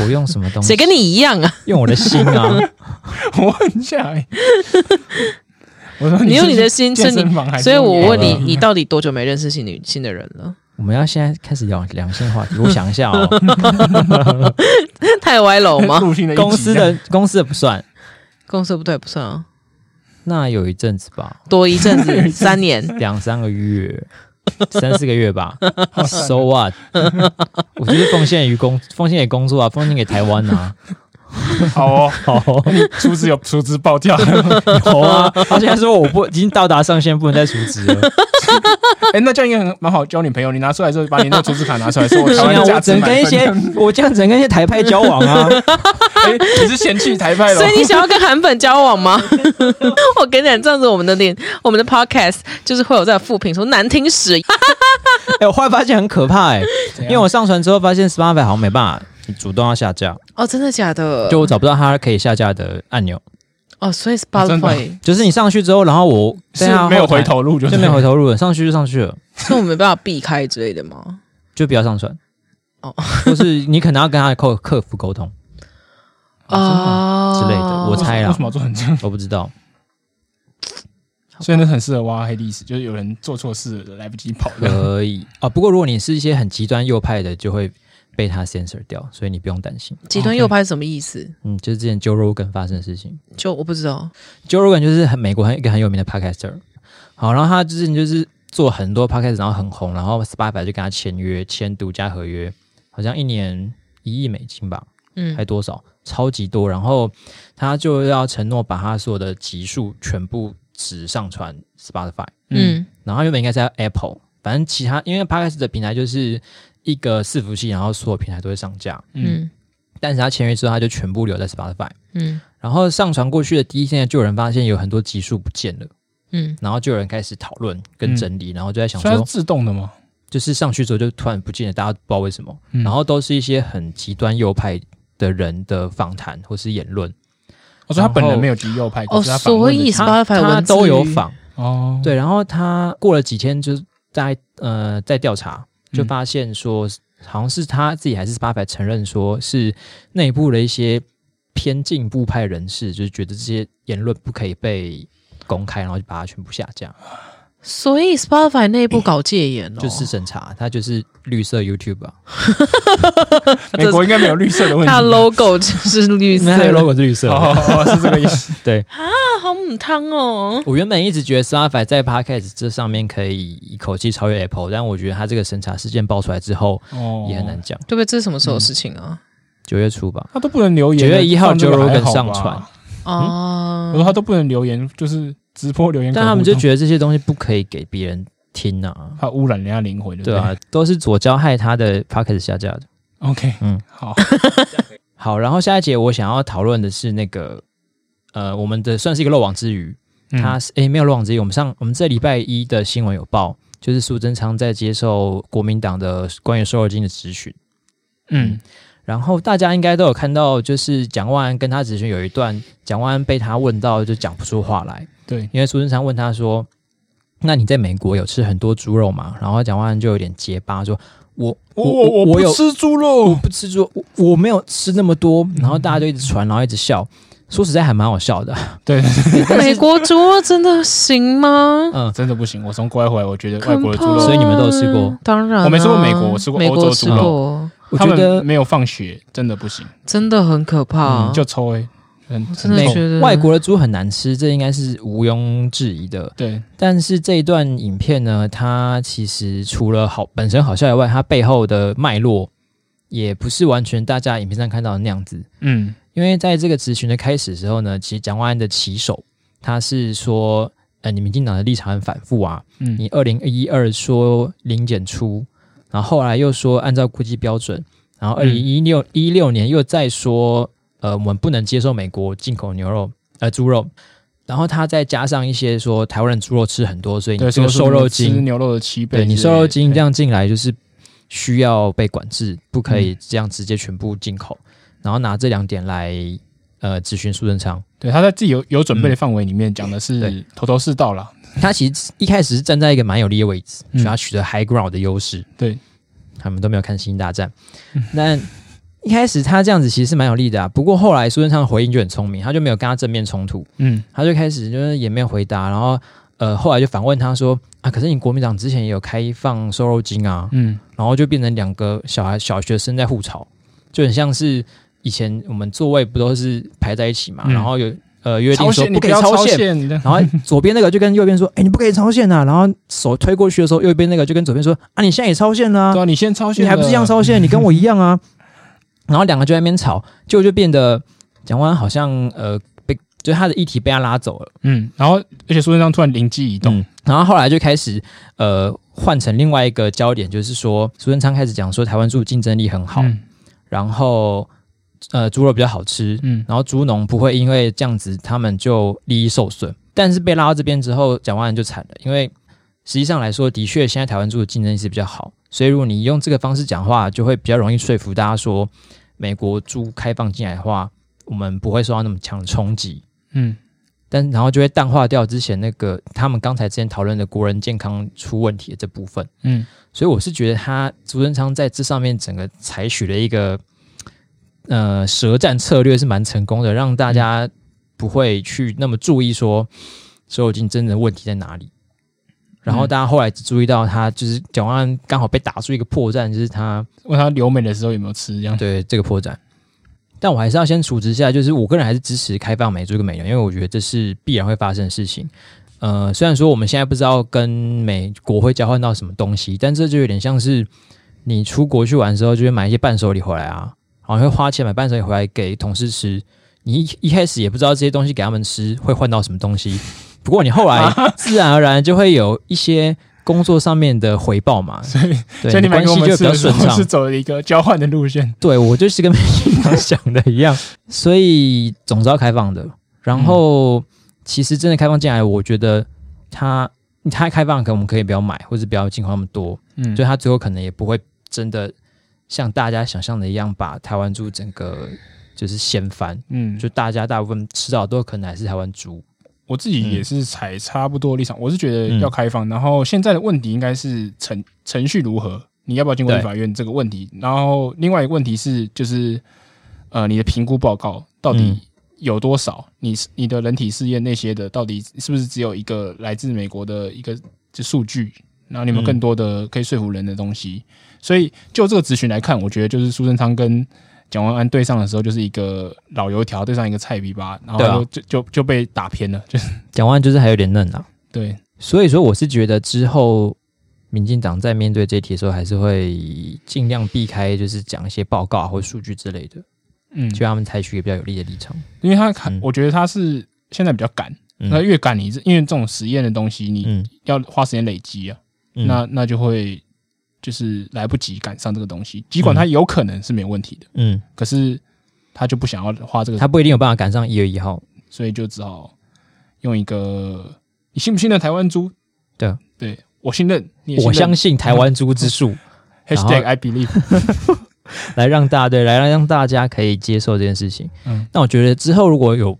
[SPEAKER 1] [LAUGHS] 我用什么东西？
[SPEAKER 3] 谁跟你一样 [LAUGHS] 啊？
[SPEAKER 1] 用我的心啊？
[SPEAKER 2] [LAUGHS]
[SPEAKER 1] [LAUGHS]
[SPEAKER 2] 我问一下、哎我说
[SPEAKER 3] 你
[SPEAKER 2] 是
[SPEAKER 3] 用
[SPEAKER 2] 不
[SPEAKER 3] 你
[SPEAKER 2] 是
[SPEAKER 3] 的心
[SPEAKER 2] 健
[SPEAKER 3] 是你
[SPEAKER 2] 身房还是哎
[SPEAKER 3] 所以
[SPEAKER 2] 用
[SPEAKER 3] 我
[SPEAKER 2] 野
[SPEAKER 3] 问
[SPEAKER 2] 的
[SPEAKER 3] 你，你到底多久没认识新女新的人了？ [LAUGHS]
[SPEAKER 1] 我们要现在开始聊良性话题。我想一下哦，
[SPEAKER 3] 太歪楼吗？
[SPEAKER 2] 入侵的一
[SPEAKER 1] 公
[SPEAKER 2] 集啊
[SPEAKER 1] 司
[SPEAKER 2] 这样
[SPEAKER 1] 的公司的不算，
[SPEAKER 3] 公司不对，不算啊，
[SPEAKER 1] 那有一阵子吧，
[SPEAKER 3] 多一
[SPEAKER 1] [LAUGHS]
[SPEAKER 3] 阵子三年，
[SPEAKER 1] 两三个
[SPEAKER 2] [LAUGHS]
[SPEAKER 1] 月。三四个月吧，So what？我就是奉献于工，奉献给工作啊，奉献给台湾啊。
[SPEAKER 2] [LAUGHS] 好哦，
[SPEAKER 1] 好，
[SPEAKER 2] 出资有 [LAUGHS] 出资爆掉。
[SPEAKER 1] 有啊。他现在说我不已经到达上限，不能再辞职了。
[SPEAKER 2] 哎、那这样应该很蛮好交女朋友。你拿出来之后，把你那个出资卡拿出来，说我
[SPEAKER 1] 不
[SPEAKER 2] [LAUGHS] 台
[SPEAKER 1] 行
[SPEAKER 2] 湾
[SPEAKER 1] 啊，
[SPEAKER 2] 的价
[SPEAKER 1] 我
[SPEAKER 2] 值
[SPEAKER 1] 只能
[SPEAKER 2] 满
[SPEAKER 1] 跟一
[SPEAKER 2] 分。
[SPEAKER 1] 些我这样只能跟一些台派交往
[SPEAKER 2] [LAUGHS]
[SPEAKER 1] 啊。
[SPEAKER 2] 哎、你是嫌弃台派咯哦
[SPEAKER 3] 所以
[SPEAKER 1] [LAUGHS]
[SPEAKER 3] 你想要跟韩粉交往吗？ [LAUGHS] 我跟你讲，这样子我们的脸，我们的 podcast 就是会有在负评说难听死， [LAUGHS]
[SPEAKER 1] 哎、我后来发现很可怕哎、
[SPEAKER 2] 怎
[SPEAKER 1] 因
[SPEAKER 2] 样
[SPEAKER 1] 为我上传之后发现 Spotify 好像没办法主动要下架，
[SPEAKER 3] 哦，真的假
[SPEAKER 2] 呃
[SPEAKER 3] 的？
[SPEAKER 1] 就我找不到它可以下架的按钮。
[SPEAKER 3] 哦，所以
[SPEAKER 2] 真的
[SPEAKER 3] Spotify，
[SPEAKER 1] 就是你上去之后，然后我
[SPEAKER 2] 是
[SPEAKER 1] 对啊
[SPEAKER 2] 没有
[SPEAKER 1] 后台
[SPEAKER 2] 回头路就，
[SPEAKER 1] 就没有回。头路了，上去就上去了，
[SPEAKER 3] 所以我没办法避开之类的
[SPEAKER 1] [LAUGHS]
[SPEAKER 3] 吗？
[SPEAKER 1] 就不要上传。
[SPEAKER 3] 哦
[SPEAKER 1] 哦， [LAUGHS] 或是你可能要跟他的客客服沟通，
[SPEAKER 3] 哦，
[SPEAKER 1] 啊之类的我猜啊啦
[SPEAKER 2] 为什么要做成这样？
[SPEAKER 1] 我不知
[SPEAKER 2] [LAUGHS]
[SPEAKER 1] 道。
[SPEAKER 2] 所以那很适合挖黑历史，就是有人做错事了来不及跑的。
[SPEAKER 1] 可以啊，不过如果你是一些很极端右派的，就会被他 censor 掉，所以你不用担心。
[SPEAKER 3] 极端右派是什么意思？
[SPEAKER 1] 嗯，就是之前 Joe Rogan 发生的事情。
[SPEAKER 3] 就我不知道。
[SPEAKER 1] Joe Rogan 就是很美国很一个很有名的 podcaster，好，然后他之前就是做很多 podcast，然后很红，然后 Spotify 就跟他签约，签独家合约，好像一年一亿美金吧，
[SPEAKER 3] 嗯
[SPEAKER 1] 还多少，超级多。然后他就要承诺把他所有的集数全部只上传 Spotify，
[SPEAKER 3] 嗯
[SPEAKER 1] 然后原本应该是在 Apple，反正其他因为 podcast 的平台就是一个伺服器，然后所有平台都会上架，
[SPEAKER 2] 嗯，
[SPEAKER 3] 嗯
[SPEAKER 1] 但是他签约之后，他就全部留在 Spotify。
[SPEAKER 3] 嗯
[SPEAKER 1] 然后上传过去的第一天，就有人发现有很多集数不见了。
[SPEAKER 3] 嗯，
[SPEAKER 1] 然后就有人开始讨论跟整理，然后就在想
[SPEAKER 2] 所以它是
[SPEAKER 1] 说，
[SPEAKER 2] 自动的嘛。
[SPEAKER 1] 就是上去之后就突然不见了，大家不知道为什么。
[SPEAKER 2] 嗯
[SPEAKER 1] 然后都是一些很极端右派的人的访谈或是言论，
[SPEAKER 2] 我说他本
[SPEAKER 1] 然
[SPEAKER 2] 人
[SPEAKER 1] 后
[SPEAKER 2] 没有极右派，
[SPEAKER 3] 哦
[SPEAKER 2] 可是他访问的
[SPEAKER 3] 所以
[SPEAKER 2] 他
[SPEAKER 3] Spotify
[SPEAKER 1] 他
[SPEAKER 3] 文字
[SPEAKER 1] 都有
[SPEAKER 3] 狱
[SPEAKER 1] 访
[SPEAKER 2] 哦，
[SPEAKER 1] 对。然后他过了几天就在呃在调查，就发现说、好像是他自己还是 Spotify 承认说是内部的一些偏进步派人士，就是觉得这些言论不可以被公开，然后就把它全部下架，
[SPEAKER 3] 所以 Spotify 内部搞戒严哦，
[SPEAKER 1] 就是审查，他就是绿色 YouTube 啊。
[SPEAKER 2] 美国应该没有绿色的问题。
[SPEAKER 3] 它 logo 就是绿
[SPEAKER 1] 因
[SPEAKER 3] 色
[SPEAKER 1] 为它的
[SPEAKER 3] 的
[SPEAKER 1] logo 是 [LAUGHS] 绿色的。
[SPEAKER 2] 哦，哦是这个意思。
[SPEAKER 1] 对，
[SPEAKER 3] 啊，好母汤哦。
[SPEAKER 1] 我原本一直觉得 Spotify 在 Podcast 这上面可以一口气超越 Apple，但我觉得它这个审查事件爆出来之后
[SPEAKER 2] [LAUGHS] 哦，
[SPEAKER 1] 也很难。讲。
[SPEAKER 3] 对不对？这是什么时候的事情啊？
[SPEAKER 1] 九、月初吧，
[SPEAKER 2] 他都不能留言。
[SPEAKER 1] 9月1号
[SPEAKER 2] 放这个
[SPEAKER 1] Joe
[SPEAKER 2] 还好
[SPEAKER 1] Rogan 上
[SPEAKER 2] 吧
[SPEAKER 1] 传
[SPEAKER 3] 哦
[SPEAKER 2] 我，说他都不能留言，就是直播留言可互动。
[SPEAKER 1] 但他们就觉得这些东西不可以给别人听啊。
[SPEAKER 2] 怕污染人家灵魂，
[SPEAKER 1] 对
[SPEAKER 2] 不
[SPEAKER 1] 啊，都是左交害他的 Podcast 下架的。
[SPEAKER 2] ？OK，
[SPEAKER 1] 嗯
[SPEAKER 2] 嗯，好，
[SPEAKER 1] 好，然后下一节我想要讨论的是那个，呃，我们的算是一个漏网之鱼，
[SPEAKER 2] 嗯
[SPEAKER 1] 他是诶、没有漏网之鱼，我们上我们这礼拜一的新闻有报，就是苏贞昌在接受国民党的关于瘦肉精的质询，
[SPEAKER 2] 嗯
[SPEAKER 1] 然后大家应该都有看到，就是蒋万安跟他咨询有一段，蒋万安被他问到就讲不出话来，
[SPEAKER 2] 对，
[SPEAKER 1] 因为苏贞昌问他说：“那你在美国有吃很多猪肉吗？”然后蒋万安就有点结巴说：“我我
[SPEAKER 2] 我
[SPEAKER 1] 我
[SPEAKER 2] 不
[SPEAKER 1] 有
[SPEAKER 2] 吃猪肉，
[SPEAKER 1] 不吃猪，我我没有吃那么多。”然后大家就一直传，然后一直笑。说实在还蛮好笑的，
[SPEAKER 2] 对，
[SPEAKER 3] [LAUGHS] 美国猪肉真的行吗？
[SPEAKER 1] 嗯，
[SPEAKER 2] 真的不行。我从国外回来，我觉得外国的猪
[SPEAKER 3] 可怕
[SPEAKER 1] 所
[SPEAKER 2] 肉，
[SPEAKER 1] 以你们都有吃过？
[SPEAKER 3] 当然啊、
[SPEAKER 2] 我没吃过美国我吃过
[SPEAKER 3] 美
[SPEAKER 2] 欧洲
[SPEAKER 3] 国吃
[SPEAKER 2] 猪肉
[SPEAKER 3] 过，
[SPEAKER 1] 我
[SPEAKER 2] 他
[SPEAKER 1] 觉得
[SPEAKER 2] 们嗯没有放血，真的不行，
[SPEAKER 3] 真的很可怕。
[SPEAKER 2] 嗯就抽哎，很
[SPEAKER 3] 我真的
[SPEAKER 1] 美
[SPEAKER 2] 很痛
[SPEAKER 3] 觉得
[SPEAKER 1] 外国的猪很难吃，这应该是毋庸置疑的。
[SPEAKER 2] 对
[SPEAKER 1] 但是这一段影片呢，它其实除了好本身好笑以外，它背后的脉络也不是完全大家影片上看到的那样子。
[SPEAKER 2] 嗯
[SPEAKER 1] 因为在这个咨询的开始的时候呢，其实蒋万安的起手他是说，呃，你民进党的立场很反复啊，
[SPEAKER 2] 嗯，
[SPEAKER 1] 你二零一二说零检出，然后后来又说按照国际标准，然后二零
[SPEAKER 2] 嗯
[SPEAKER 1] 一六一六年又再说，呃，我们不能接受美国进口牛肉呃猪肉，然后他再加上一些说台湾人猪肉吃很多，所以你
[SPEAKER 2] 对，
[SPEAKER 1] 这个
[SPEAKER 2] 说
[SPEAKER 1] 瘦肉
[SPEAKER 2] 吃
[SPEAKER 1] 精，
[SPEAKER 2] 牛肉的七倍之
[SPEAKER 1] 对
[SPEAKER 2] 类的，
[SPEAKER 1] 你瘦肉精这
[SPEAKER 2] 对
[SPEAKER 1] 样进来就是需要被管制，不可以这样直接全部进口，然后拿这两点来呃咨询苏贞昌。
[SPEAKER 2] 对，他在自己有有准备的范围里面讲的是
[SPEAKER 1] 嗯对
[SPEAKER 2] 头头是道啦。
[SPEAKER 1] 他其实一开始是站在一个蛮有利的位置，
[SPEAKER 2] 嗯
[SPEAKER 1] 所以他取得 high ground 的优势。
[SPEAKER 2] 对，
[SPEAKER 1] 他们都没有看《星际大战》，但一开始他这样子其实是蛮有利的啊。不过后来苏贞昌回应就很聪明，他就没有跟他正面冲突，
[SPEAKER 2] 嗯，
[SPEAKER 1] 他就开始就是也没有回答，然后呃后来就反问他说啊，可是你国民党之前也有开放瘦肉精啊，
[SPEAKER 2] 嗯，
[SPEAKER 1] 然后就变成两个小孩小学生在互吵，就很像是以前我们座位不都是排在一起嘛，
[SPEAKER 2] 嗯
[SPEAKER 1] 然后有呃约定
[SPEAKER 2] 超
[SPEAKER 1] 说
[SPEAKER 2] 限
[SPEAKER 1] 不
[SPEAKER 2] 你
[SPEAKER 1] 可以
[SPEAKER 2] 要
[SPEAKER 1] 超啊
[SPEAKER 2] 超
[SPEAKER 1] 限，
[SPEAKER 2] 限，
[SPEAKER 1] 然后左边那个就跟右边说：“哎、你不可以超限啊！”然后手推过去的时候，右边那个就跟左边说：“啊，你现在也超限啦、
[SPEAKER 2] 对啊，你先超限
[SPEAKER 1] 你
[SPEAKER 2] 了，
[SPEAKER 1] 还不是一样超限？你跟我一样啊！” [LAUGHS] 然后两个就在那边吵，结果就变得蒋万安好像呃被，就是他的议题被他拉走了。
[SPEAKER 2] 嗯，然后而且苏贞昌突然灵机一动，
[SPEAKER 1] 嗯，然后后来就开始呃换成另外一个焦点，就是说苏贞昌开始讲说台湾猪竞争力很好，
[SPEAKER 2] 嗯
[SPEAKER 1] 然后呃猪肉比较好吃，
[SPEAKER 2] 嗯，
[SPEAKER 1] 然后猪农不会因为这样子他们就利益受损。但是被拉到这边之后，蒋万安就惨了，因为实际上来说，的确现在台湾猪的竞争力是比较好，所以如果你用这个方式讲话，就会比较容易说服大家说，美国猪开放进来的话，我们不会受到那么强的冲击。
[SPEAKER 2] 嗯，
[SPEAKER 1] 但然后就会淡化掉之前那个他们刚才之前讨论的国人健康出问题的这部分。
[SPEAKER 2] 嗯，
[SPEAKER 1] 所以我是觉得他朱正昌在这上面整个采取了一个呃舌战策略是蛮成功的，让大家不会去那么注意说所有竞争的问题在哪里。然后
[SPEAKER 2] 嗯
[SPEAKER 1] 大家后来只注意到他就是蒋万安刚好被打出一个破绽，就是他
[SPEAKER 2] 问他留美的时候有没有吃这样，
[SPEAKER 1] 对这个破绽。但我还是要先处置一下，就是我个人还是支持开放美猪跟美牛，因为我觉得这是必然会发生的事情。呃，虽然说我们现在不知道跟美国会交换到什么东西，但这就有点像是你出国去玩的时候，就会买一些伴手礼回来啊，然后会花钱买伴手礼回来给同事吃。你一一开始也不知道这些东西给他们吃会换到什么东西，不过你后来
[SPEAKER 2] [LAUGHS]
[SPEAKER 1] 自然而然就会有一些工作上面的回报嘛，所以对
[SPEAKER 2] 所以你买
[SPEAKER 1] 关
[SPEAKER 2] 给我
[SPEAKER 1] 系
[SPEAKER 2] 们
[SPEAKER 1] 就比
[SPEAKER 2] 吃
[SPEAKER 1] 较
[SPEAKER 2] 的时
[SPEAKER 1] 顺
[SPEAKER 2] 候
[SPEAKER 1] 畅
[SPEAKER 2] 是。走了一个交换的路线，
[SPEAKER 1] 对我就是跟 [LAUGHS] 平常想的一样，所以总是要开放的。然后、其实真的开放进来，我觉得它它开放，可能我们可以不要买，或者不要进口那么多，
[SPEAKER 2] 嗯，
[SPEAKER 1] 所以它最后可能也不会真的像大家想象的一样，把台湾猪整个就是掀翻。
[SPEAKER 2] 嗯，
[SPEAKER 1] 就大家大部分吃到的都可能还是台湾猪，
[SPEAKER 2] 我自
[SPEAKER 1] 嗯
[SPEAKER 2] 己也是采差不多立场，我是觉得要开放。然后现在的问题应该是程程序如何，你要不要经过立法院这个问题。然后另外一个问题是，就是呃，你的评估报告到
[SPEAKER 1] 嗯
[SPEAKER 2] 底有多少？你你的人体试验那些的，到底是不是只有一个来自美国的一个就数据？然后你
[SPEAKER 1] 嗯
[SPEAKER 2] 们更多的可以说服人的东西。所以就这个咨询来看，我觉得就是苏贞昌跟蒋万安对上的时候，就是一个老油条对上一个菜逼吧，然后
[SPEAKER 1] 对
[SPEAKER 2] 就、
[SPEAKER 1] 啊
[SPEAKER 2] 就就就被打偏了，就是
[SPEAKER 1] 讲完就是还有点嫩啊。
[SPEAKER 2] 对，
[SPEAKER 1] 所以说，我是觉得之后民进党在面对这一题的时候，还是会尽量避开，就是讲一些报告啊或数据之类的，
[SPEAKER 2] 嗯，
[SPEAKER 1] 就让他们采取一个比较有利的立场。
[SPEAKER 2] 因为他看，
[SPEAKER 1] 嗯
[SPEAKER 2] 我觉得他是现在比较赶，
[SPEAKER 1] 嗯
[SPEAKER 2] 那越赶你是，因为这种实验的东西，你
[SPEAKER 1] 嗯，
[SPEAKER 2] 要花时间累积啊，
[SPEAKER 1] 嗯
[SPEAKER 2] 那那就会就是来不及赶上这个东西。尽管他有可能是没有问题的，
[SPEAKER 1] 嗯，
[SPEAKER 2] 可是他就不想要花这个，
[SPEAKER 1] 他不一定有办法赶上一月一号。
[SPEAKER 2] 所以就只好用一个你信不信任台湾猪？
[SPEAKER 1] 对啊，
[SPEAKER 2] 对我信任，你也
[SPEAKER 1] 我
[SPEAKER 2] 信任
[SPEAKER 1] 相信台湾猪之术，然后
[SPEAKER 2] hashtag I believe
[SPEAKER 1] 来让大家对，来让大家可以接受这件事情。
[SPEAKER 2] 嗯
[SPEAKER 1] 那我觉得之后如果有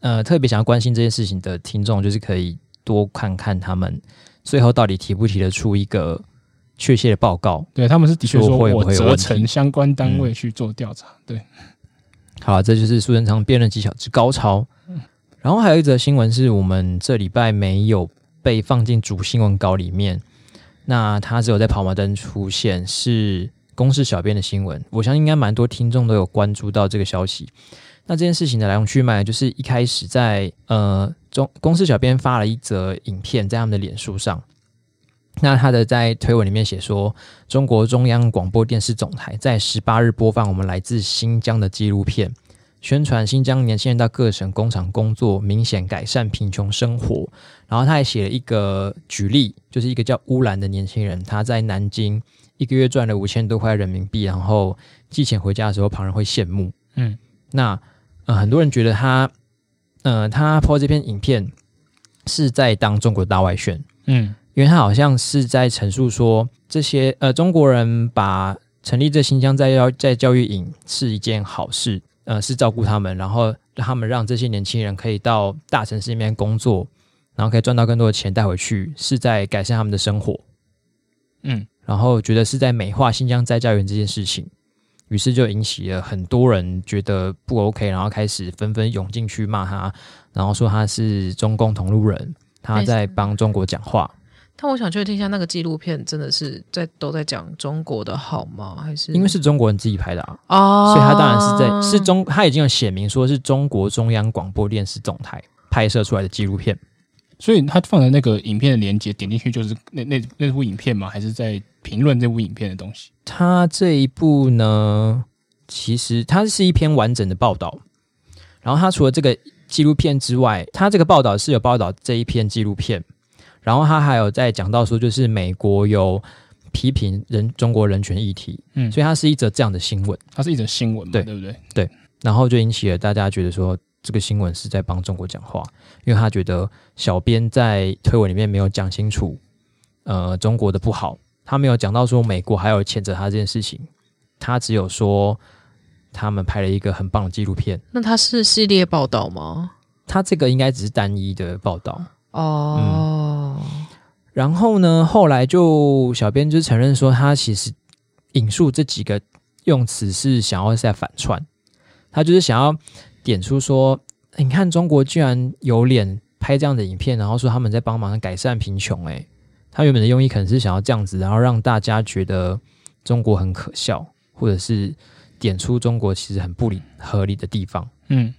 [SPEAKER 1] 呃特别想要关心这件事情的听众，就是可以多看看他们最后到底提不提得出一个确切的报告。
[SPEAKER 2] 对他们是的确
[SPEAKER 1] 说
[SPEAKER 2] 说
[SPEAKER 1] 会
[SPEAKER 2] 我
[SPEAKER 1] 会有
[SPEAKER 2] 责
[SPEAKER 1] 问题嗯
[SPEAKER 2] 成相关单位去做调查，对，
[SPEAKER 1] 好，这就是苏贞昌辩论技巧之高超。然后还有一则新闻是我们这礼拜没有被放进主新闻稿里面，那它只有在跑马灯出现，是公视小编的新闻。我相信应该蛮多听众都有关注到这个消息。那这件事情的来龙去脉，就是一开始在呃中公司小编发了一则影片在他们的脸书上，那他的在推文里面写说，中国中央广播电视总台在十八日播放我们来自新疆的纪录片，宣传新疆年轻人到各省工厂工作，明显改善贫穷生活。然后他还写了一个举例，就是一个叫乌兰的年轻人，他在南京一个月赚了五千多块人民币，然后寄钱回家的时候，旁人会羡慕。
[SPEAKER 2] 嗯，
[SPEAKER 1] 那呃，很多人觉得他，呃，他 PO 这篇影片是在当中国大外宣，
[SPEAKER 2] 嗯
[SPEAKER 1] 因为他好像是在陈述说，这些呃中国人把成立这新疆在教在教育营是一件好事，呃，是照顾他们，然后让他们让这些年轻人可以到大城市里面工作，然后可以赚到更多的钱带回去，是在改善他们的生活，
[SPEAKER 2] 嗯，
[SPEAKER 1] 然后觉得是在美化新疆在教育营这件事情，于是就引起了很多人觉得不 OK，然后开始纷纷涌进去骂他，然后说他是中共同路人，他
[SPEAKER 3] 没
[SPEAKER 1] 在帮中国讲话。
[SPEAKER 3] 但我想确定一下，那个纪录片真的是在都在讲中国的好吗？还是
[SPEAKER 1] 因为是中国人自己拍的啊，
[SPEAKER 3] 哦，
[SPEAKER 1] 所以他当然是在是中，他已经有写明说是中国中央广播电视总台拍摄出来的纪录片。
[SPEAKER 2] 所以他放的那个影片的连接点进去就是那那那部影片吗？还是在评论这部影片的东西？
[SPEAKER 1] 他这一部呢，其实它是一篇完整的报道，然后他除了这个纪录片之外，他这个报道是有报道这一篇纪录片，然后他还有在讲到说，就是美国有批评人中国人权议题，
[SPEAKER 2] 嗯
[SPEAKER 1] 所以它是一则这样的新闻，
[SPEAKER 2] 它是一则新闻嘛，
[SPEAKER 1] 对
[SPEAKER 2] 对不对？
[SPEAKER 1] 然后就引起了大家觉得说这个新闻是在帮中国讲话，因为他觉得小编在推文里面没有讲清楚，呃，中国的不好，他没有讲到说美国还有谴责他这件事情，他只有说他们拍了一个很棒的纪录片，
[SPEAKER 3] 那他是系列报道吗？
[SPEAKER 1] 他这个应该只是单一的报道。
[SPEAKER 3] 哦，
[SPEAKER 1] 然后呢，后来就小编就承认说，他其实引述这几个用词是想要在反串，他就是想要点出说，诶你看中国居然有脸拍这样的影片，然后说他们在帮忙改善贫穷、诶，他原本的用意可能是想要这样子，然后让大家觉得中国很可笑，或者是点出中国其实很不理合理的地方。
[SPEAKER 2] 嗯，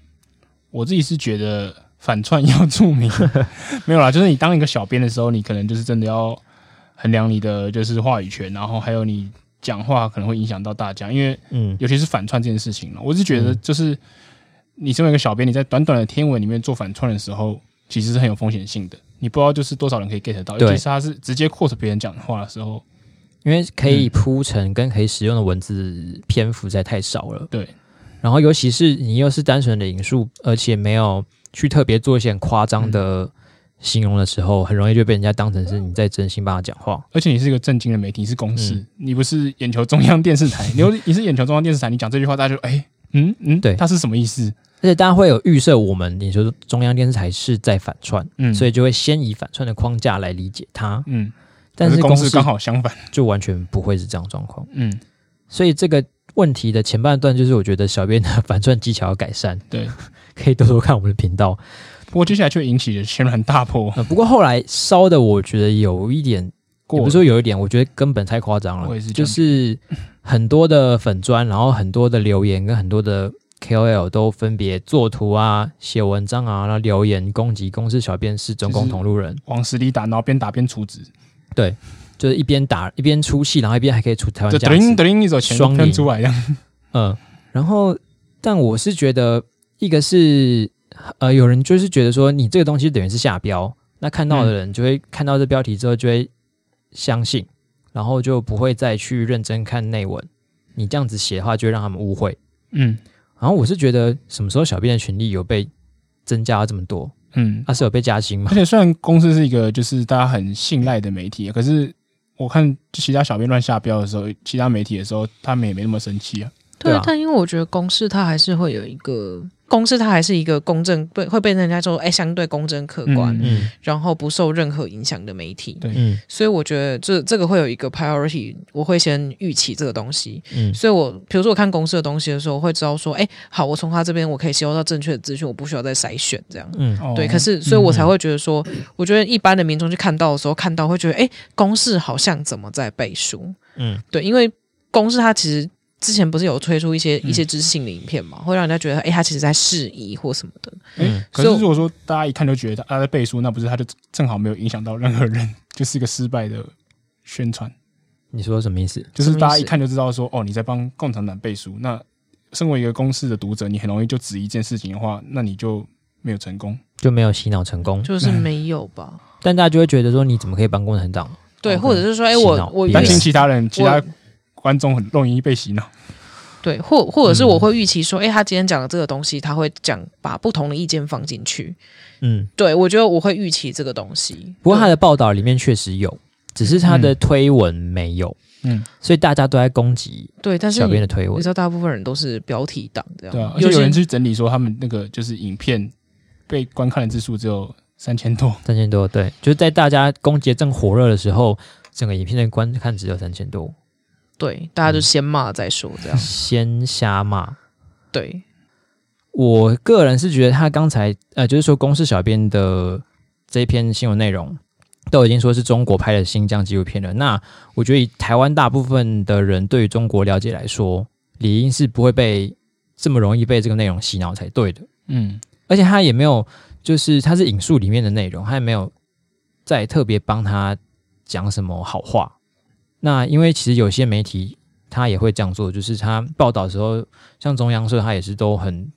[SPEAKER 2] 我自己是觉得反串要注明， [LAUGHS] 没有啦，就是你当一个小编的时候，你可能就是真的要衡量你的就是话语权，然后还有你讲话可能会影响到大家，因为
[SPEAKER 1] 嗯
[SPEAKER 2] 尤其是反串这件事情了。我是觉得
[SPEAKER 1] 嗯
[SPEAKER 2] 就是你身为一个小编，你在短短的天文里面做反串的时候，其实是很有风险性的。你不知道就是多少人可以 get 到，
[SPEAKER 1] 对
[SPEAKER 2] 尤其是他是直接 quote 别人讲话的时候，
[SPEAKER 1] 因为可以铺陈跟可以使用的文字篇幅实在太少了。
[SPEAKER 2] 对，
[SPEAKER 1] 然后尤其是你又是单纯的引述，而且没有去特别做一些很夸张
[SPEAKER 2] 嗯
[SPEAKER 1] 的形容的时候，很容易就被人家当成是你在真心帮他讲话。
[SPEAKER 2] 而且你是一个正经的媒体，是公司，
[SPEAKER 1] 嗯
[SPEAKER 2] 你不是眼球中央电
[SPEAKER 1] [LAUGHS]
[SPEAKER 2] 视台，你又你是眼球中央电视台，你讲这句话，大家就哎、嗯嗯，
[SPEAKER 1] 对
[SPEAKER 2] 他是什么意思？
[SPEAKER 1] 而且大家会有预设，我们你说中央电视台是在反串，
[SPEAKER 2] 嗯，
[SPEAKER 1] 所
[SPEAKER 2] 以
[SPEAKER 1] 以就会先以反串的框架来理解它。
[SPEAKER 2] 嗯，
[SPEAKER 1] 但
[SPEAKER 2] 可
[SPEAKER 1] 是
[SPEAKER 2] 公
[SPEAKER 1] 公
[SPEAKER 2] 司
[SPEAKER 1] 司
[SPEAKER 2] 刚好相反，
[SPEAKER 1] 就完全不会是这样的状况，
[SPEAKER 2] 嗯，
[SPEAKER 1] 所以这个问题的前半段就是我觉得小编的 [LAUGHS] 反串技巧要改善，
[SPEAKER 2] 对。
[SPEAKER 1] 可以多多看我们的频道。
[SPEAKER 2] 不过接下来却引起了轩然大波，
[SPEAKER 1] 呃，不过后来烧的我觉得有一点
[SPEAKER 2] 过
[SPEAKER 1] 也
[SPEAKER 2] 了
[SPEAKER 1] 不是说有一点，我觉得根本太夸张
[SPEAKER 2] 我
[SPEAKER 1] 了
[SPEAKER 2] 也是。这
[SPEAKER 1] 就
[SPEAKER 2] 样
[SPEAKER 1] 是很多的粉砖，然后很多的留言跟很多的 KOL 都分别作图啊、写文章啊，然后留言攻击公司小编是中
[SPEAKER 2] 就
[SPEAKER 1] 共
[SPEAKER 2] 是
[SPEAKER 1] 同路人，
[SPEAKER 2] 往死里打，然后边打边处置，
[SPEAKER 1] 就是一边打一边出气，然后一边还可以出台湾
[SPEAKER 2] 就
[SPEAKER 1] 价
[SPEAKER 2] 噔铃
[SPEAKER 1] 值。
[SPEAKER 2] 噔铃一首钱
[SPEAKER 1] 双赢
[SPEAKER 2] 喷出来这样，
[SPEAKER 1] 嗯，然后但我是觉得，一个是呃，有人就是觉得说你这个东西等于是下标，那看到的人就会看到这标题之后就会相信，然后就不会再去认真看内文。你这样子写的话，就会让他们误会。
[SPEAKER 2] 嗯
[SPEAKER 1] 然后我是觉得，什么时候小编的权利有被增加了这么多？啊
[SPEAKER 2] 嗯
[SPEAKER 1] 他、。是有被加薪吗
[SPEAKER 2] 而？且虽然公司是一个就是大家很信赖的媒体，可是我看其他小编乱下标的时候，其他媒体的时候，他们也没那么生气啊。
[SPEAKER 1] 对
[SPEAKER 3] 对
[SPEAKER 1] 啊
[SPEAKER 3] 但因为我觉得公式它还是会有一个公式，它还是一个公正被会被人家说哎、相对公正客观，
[SPEAKER 2] 嗯
[SPEAKER 1] 嗯
[SPEAKER 3] 然后不受任何影响的媒体。
[SPEAKER 2] 对
[SPEAKER 1] 嗯
[SPEAKER 3] 所以我觉得这这个会有一个 priority，我会先预期这个东西。
[SPEAKER 1] 嗯
[SPEAKER 3] 所以我比如说我看公司的东西的时候，我会知道说，哎，好，我从他这边我可以吸收到正确的资讯，我不需要再筛选这样。
[SPEAKER 1] 嗯，
[SPEAKER 2] 哦
[SPEAKER 3] 对，可是，所以我才会觉得说，我觉得一般的民众去看到的时候，看到会觉得，哎，公式好像怎么在背书？
[SPEAKER 1] 嗯，
[SPEAKER 3] 对，因为公式它其实之前不是有推出一些一些知识性的影片嘛，会让人家觉得，哎，它其实在释疑或什么的。
[SPEAKER 2] 诶
[SPEAKER 1] 嗯
[SPEAKER 2] 可
[SPEAKER 3] 所以
[SPEAKER 2] 是
[SPEAKER 3] 我
[SPEAKER 2] 如果说大家一看就觉得他在背书，那不是他就正好没有影响到任何人，就是一个失败的宣传。
[SPEAKER 1] 你说什么意思？
[SPEAKER 2] 就是大
[SPEAKER 3] 什么
[SPEAKER 2] 家
[SPEAKER 3] 意
[SPEAKER 2] 一
[SPEAKER 3] 思
[SPEAKER 2] 看就知道说，哦，你在帮共产党背书。那身为一个公式的读者，你很容易就指一件事情的话，那你就没有成功。
[SPEAKER 1] 就没有洗脑成功，
[SPEAKER 3] 就是没有吧？
[SPEAKER 1] 但大家就会觉得说，你怎么可以帮共产党？
[SPEAKER 3] 对，
[SPEAKER 1] 哦
[SPEAKER 3] 或者是说，哎，我我
[SPEAKER 1] 洗脑
[SPEAKER 2] 担
[SPEAKER 3] 预
[SPEAKER 2] 心
[SPEAKER 3] 期
[SPEAKER 2] 其他人，其他
[SPEAKER 3] 我
[SPEAKER 2] 观众很容易被洗脑。
[SPEAKER 3] 对，或或者是我会预期说，哎、他今天讲的这个东西，他会讲把不同的意见放进去。
[SPEAKER 1] 嗯，
[SPEAKER 3] 对我觉得我会预期这个东西。
[SPEAKER 1] 不过他
[SPEAKER 3] 对
[SPEAKER 1] 的报道里面确实有，只是他
[SPEAKER 3] 嗯
[SPEAKER 1] 的推文没有，
[SPEAKER 2] 嗯，
[SPEAKER 1] 所以大家都在攻击
[SPEAKER 3] 对，但是
[SPEAKER 1] 小编的
[SPEAKER 3] 你
[SPEAKER 1] 推
[SPEAKER 3] 你
[SPEAKER 1] 文
[SPEAKER 3] 知。道，大部分人都是标题党这样，
[SPEAKER 2] 对啊，而
[SPEAKER 3] 尤
[SPEAKER 2] 且
[SPEAKER 3] 其
[SPEAKER 2] 有人去整理说，他们那个就是影片被观看的次数只有三千多。
[SPEAKER 1] 三千多，对，就是在大家攻击正火热的时候，整个影片的观看只有三千多，
[SPEAKER 3] 对大家就先骂再说这样。
[SPEAKER 1] 先瞎骂。
[SPEAKER 3] 对，
[SPEAKER 1] 我个人是觉得他刚才呃，就是说公司小编的这篇新闻内容都已经说是中国拍的新疆纪录片了。那我觉得以台湾大部分的人对于中国了解来说，理应是不会被这么容易被这个内容洗脑才对的。
[SPEAKER 2] 嗯，
[SPEAKER 1] 而且他也没有，就是他是引述里面的内容，他也没有再特别帮他讲什么好话。那因为其实有些媒体他也会这样做，就是他报道的时候，像中央社他也是都很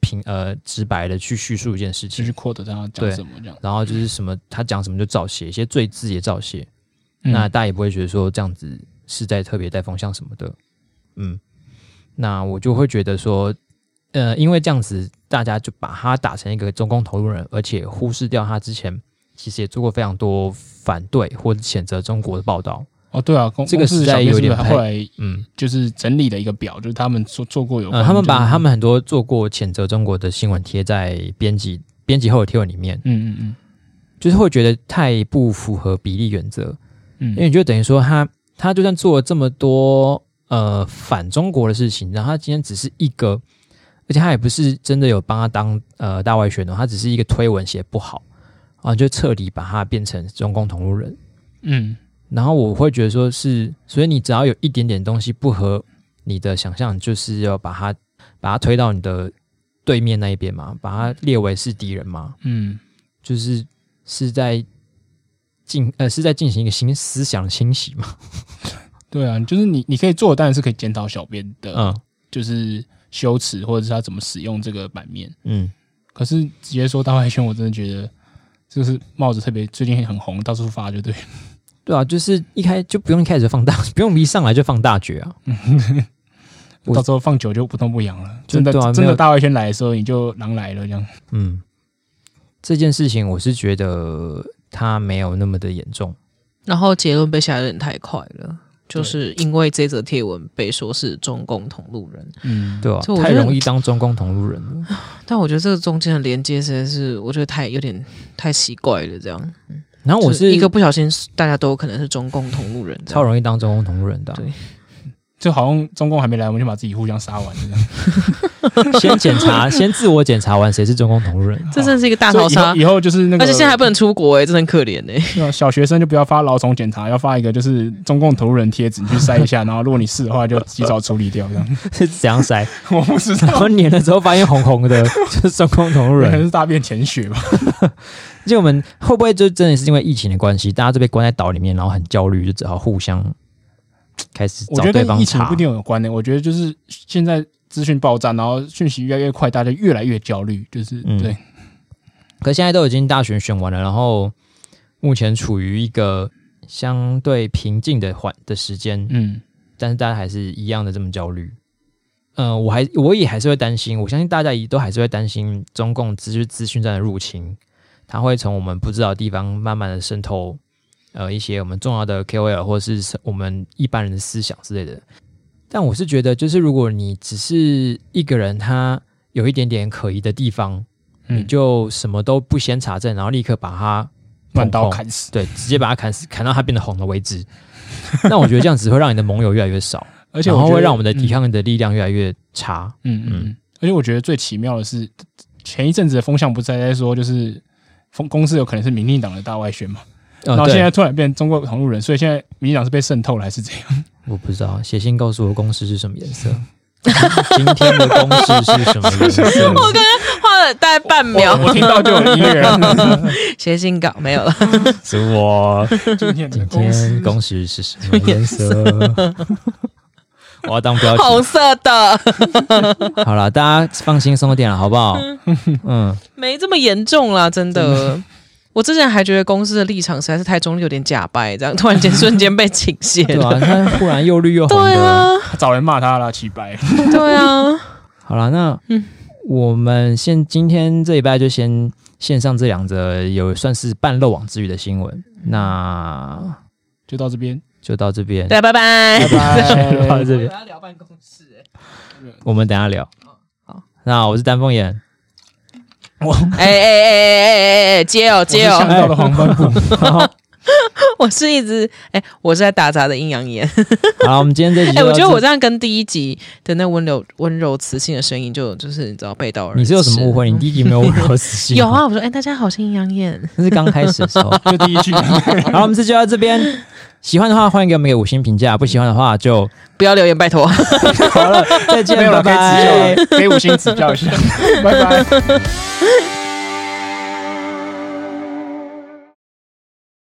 [SPEAKER 1] 平呃直白的去叙述一件事
[SPEAKER 2] 就去
[SPEAKER 1] 情，
[SPEAKER 2] quote 他讲
[SPEAKER 1] 对
[SPEAKER 2] 什么这样。
[SPEAKER 1] 然后就是什么他讲什么就照写，一些罪字也照写，
[SPEAKER 2] 嗯
[SPEAKER 1] 那大家也不会觉得说这样子是在特别带风向什么的，嗯，那我就会觉得说，呃，因为这样子，大家就把他打成一个中共投入人，而且忽视掉他之前其实也做过非常多反对或者谴责中国的报道，
[SPEAKER 2] 哦，对啊，公
[SPEAKER 1] 这个
[SPEAKER 2] 公司
[SPEAKER 1] 实在
[SPEAKER 2] 小编
[SPEAKER 1] 有
[SPEAKER 2] 是不
[SPEAKER 1] 点
[SPEAKER 2] 是
[SPEAKER 1] 不太
[SPEAKER 2] 后来
[SPEAKER 1] 嗯，
[SPEAKER 2] 就是整理了一个表，就是他们做做过有关、
[SPEAKER 1] 呃，他们
[SPEAKER 2] 就
[SPEAKER 1] 把
[SPEAKER 2] 是
[SPEAKER 1] 他们很多做过谴责中国的新闻贴在编辑编辑后的贴文里面，
[SPEAKER 2] 嗯嗯
[SPEAKER 1] 就是会觉得太不符合比例原则，
[SPEAKER 2] 嗯
[SPEAKER 1] 因为
[SPEAKER 2] 嗯
[SPEAKER 1] 你就等于说他他就算做了这么多呃反中国的事情，然后他今天只是一个，而且他也不是真的有帮他当呃大外宣的，他只是一个推文写不好啊，就彻底把他变成中共同路人。
[SPEAKER 2] 嗯，
[SPEAKER 1] 然后我会觉得说是，所以你只要有一点点东西不合你的想象，就是要把它把它推到你的对面那一边嘛，把它列为是敌人嘛，
[SPEAKER 2] 嗯，
[SPEAKER 1] 就是是在进呃是在进行一个新思想清洗嘛，
[SPEAKER 2] 对啊，就是你你可以做，的当然是可以检讨小编的，
[SPEAKER 1] 嗯
[SPEAKER 2] 就是羞耻或者是他怎么使用这个版面。
[SPEAKER 1] 嗯。
[SPEAKER 2] 可是直接说大外宣，我真的觉得就是帽子特别最近很红，到处发就对了。
[SPEAKER 1] 对啊，就是一开就不用一开始就放大， [LAUGHS] 不用一上来就放大决啊。我
[SPEAKER 2] 到时候放久就不痛不痒了，
[SPEAKER 1] 就
[SPEAKER 2] 真的、
[SPEAKER 1] 对啊
[SPEAKER 2] 真
[SPEAKER 1] 没有
[SPEAKER 2] 的大外宣来的时候你就狼来了这样。
[SPEAKER 1] 嗯，这件事情我是觉得它没有那么的严重。
[SPEAKER 3] 然后结论被下得有点太快了，就
[SPEAKER 2] 对
[SPEAKER 3] 是因为这则贴文被说是中共同路人，
[SPEAKER 2] 嗯，
[SPEAKER 1] 对啊
[SPEAKER 3] 这我，觉
[SPEAKER 1] 太
[SPEAKER 3] 得
[SPEAKER 1] 容易当中共同路人了。
[SPEAKER 3] 但我觉得这个中间的连接实在是，我觉得太有点太奇怪了这样。
[SPEAKER 1] 然后我
[SPEAKER 3] 就是
[SPEAKER 1] 是
[SPEAKER 3] 一个不小心，大家都有可能是中共同路人这样，
[SPEAKER 1] 超容易当中共同路人的啊、
[SPEAKER 2] 就好像中共还没来，我们就把自己互相杀完了这样。
[SPEAKER 1] 先检查，先自我检查完谁是中共同路人。 [LAUGHS]
[SPEAKER 3] 这真是一个大
[SPEAKER 2] 所
[SPEAKER 3] 逃
[SPEAKER 2] 以以
[SPEAKER 3] 杀
[SPEAKER 2] 后，以后就是那个，
[SPEAKER 3] 而且现在还不能出国哎、真的很可怜哎、
[SPEAKER 2] 对啊小学生就不要发劳虫检查，要发一个就是中共投入人贴纸，你去筛
[SPEAKER 1] [LAUGHS]
[SPEAKER 2] 一下，然后如果你是的话，就及早处理掉这样。
[SPEAKER 1] 是怎样塞？
[SPEAKER 2] 我不知
[SPEAKER 1] 然
[SPEAKER 2] 道，
[SPEAKER 1] 后粘了之后发现红红的，就是中共同路
[SPEAKER 2] 可能
[SPEAKER 1] 人。
[SPEAKER 2] 是大便潜
[SPEAKER 1] [LAUGHS]
[SPEAKER 2] 血吧。
[SPEAKER 1] 就我们会不会就真的是因为疫情的关系，大家都被关在岛里面，然后很焦虑，就只好互相开始
[SPEAKER 2] 我
[SPEAKER 1] 找
[SPEAKER 2] 觉得
[SPEAKER 1] 对
[SPEAKER 2] 跟
[SPEAKER 1] 方
[SPEAKER 2] 疫情
[SPEAKER 1] 查
[SPEAKER 2] 不一。定有关的、我觉得就是现在资讯爆炸，然后讯息越来越快，大家越来越焦虑，就是、
[SPEAKER 1] 嗯
[SPEAKER 2] 对，
[SPEAKER 1] 可现在都已经大选选完了，然后目前处于一个相对平静的缓的时间，
[SPEAKER 2] 嗯
[SPEAKER 1] 但是大家还是一样的这么焦虑。嗯、我还我也还是会担心，我相信大家也都还是会担心中共资资讯站的入侵，它会从我们不知道的地方慢慢的渗透呃一些我们重要的 KOL 或者是我们一般人的思想之类的。但我是觉得，就是如果你只是一个人，他有一点点可疑的地方，你
[SPEAKER 2] 嗯，
[SPEAKER 1] 就什么都不先查证，然后立刻把他
[SPEAKER 2] 乱刀
[SPEAKER 1] 捅
[SPEAKER 2] 砍死。
[SPEAKER 1] 对，直接把他砍死，砍到他变得红了为
[SPEAKER 2] [LAUGHS]
[SPEAKER 1] 止。那我觉得这样只会让你的盟友越来越少，
[SPEAKER 2] 而且
[SPEAKER 1] 然
[SPEAKER 2] 我
[SPEAKER 1] 后
[SPEAKER 2] 觉
[SPEAKER 1] 会
[SPEAKER 2] 得
[SPEAKER 1] 让我们的抵
[SPEAKER 2] 嗯
[SPEAKER 1] 抗的力量越来越差。
[SPEAKER 2] 嗯
[SPEAKER 1] 嗯
[SPEAKER 2] 嗯，嗯，而且我觉得最奇妙的是，前一阵子的风向不是还在说，就是风公司有可能是民进党的大外宣嘛，
[SPEAKER 1] 呃，
[SPEAKER 2] 然后
[SPEAKER 1] 对
[SPEAKER 2] 现在突然变中国同路人，所以现在民进党是被渗透了还是怎样？
[SPEAKER 1] 我不知道，写信告诉我公式是什么颜色。 [LAUGHS] 今天的公式是什么颜色？
[SPEAKER 3] [LAUGHS] 花了大概半秒
[SPEAKER 2] 我，我听到就有一个人，嗯
[SPEAKER 3] 写信稿没有了。
[SPEAKER 1] 是我。
[SPEAKER 2] 今天的
[SPEAKER 1] 今
[SPEAKER 2] 公司
[SPEAKER 1] 天公式是什么颜色？我要当标题。
[SPEAKER 3] 红色的，
[SPEAKER 1] 好了，大家放轻松一点了，好不好？
[SPEAKER 2] [LAUGHS]
[SPEAKER 1] 嗯，
[SPEAKER 3] 没这么严重啦，真的。我之前还觉得公司的立场实在是太中立，有点假掰，这样突然间瞬间被倾斜
[SPEAKER 1] 对
[SPEAKER 3] 了。
[SPEAKER 1] 啊，他忽然又绿又红
[SPEAKER 3] 对
[SPEAKER 1] 的。
[SPEAKER 3] 啊，
[SPEAKER 2] 找人骂他了，起白。 [LAUGHS]
[SPEAKER 3] 对啊，
[SPEAKER 1] 好了，那
[SPEAKER 3] 嗯
[SPEAKER 1] 我们现今天这一拜就先线上这两则有算是半漏网之鱼的新闻，
[SPEAKER 3] 嗯
[SPEAKER 1] 那
[SPEAKER 2] 就到这边，
[SPEAKER 1] 就到这边，
[SPEAKER 3] [LAUGHS] 对，拜拜。
[SPEAKER 1] 就 [LAUGHS] 到
[SPEAKER 2] [LAUGHS] 拜
[SPEAKER 1] 这边。
[SPEAKER 3] 要聊办公室、
[SPEAKER 1] 我们等一下聊。
[SPEAKER 3] 好，
[SPEAKER 1] 那我是丹凤眼，
[SPEAKER 3] 哎哎哎哎哎哎哎，接哦接
[SPEAKER 2] 我是
[SPEAKER 3] 哦，
[SPEAKER 2] 香到的黄斑
[SPEAKER 1] [LAUGHS]
[SPEAKER 2] 部，
[SPEAKER 3] [LAUGHS] 我是一只哎、我是在打杂的阴阳眼。
[SPEAKER 1] 好，我们今天这集
[SPEAKER 3] [LAUGHS]
[SPEAKER 1] 就
[SPEAKER 3] 哎、
[SPEAKER 1] 到
[SPEAKER 3] 我
[SPEAKER 1] 这，
[SPEAKER 3] 觉得我这样跟第一集的那温柔温柔磁性的声音就，就是你知道背道而驰。
[SPEAKER 1] 你是有什么误会？你第一集没有温柔死心，
[SPEAKER 3] [LAUGHS] 有，啊，我说哎、大家好，我是阴阳眼。
[SPEAKER 1] 那是刚开始的时
[SPEAKER 3] [LAUGHS]
[SPEAKER 1] 候。
[SPEAKER 2] 就第一
[SPEAKER 1] [LAUGHS]
[SPEAKER 2] 句。
[SPEAKER 1] 好，我们这集就到这边，喜欢的话欢迎给我们一个五星评价，不喜欢的话就
[SPEAKER 3] 不要留言，拜托。
[SPEAKER 1] 好了，再见，
[SPEAKER 3] [LAUGHS]
[SPEAKER 2] 没有
[SPEAKER 1] 拜
[SPEAKER 2] 了，
[SPEAKER 3] 哦
[SPEAKER 2] 可以
[SPEAKER 1] 拜。 [LAUGHS]
[SPEAKER 2] 指教了，给五星指教一下，拜拜。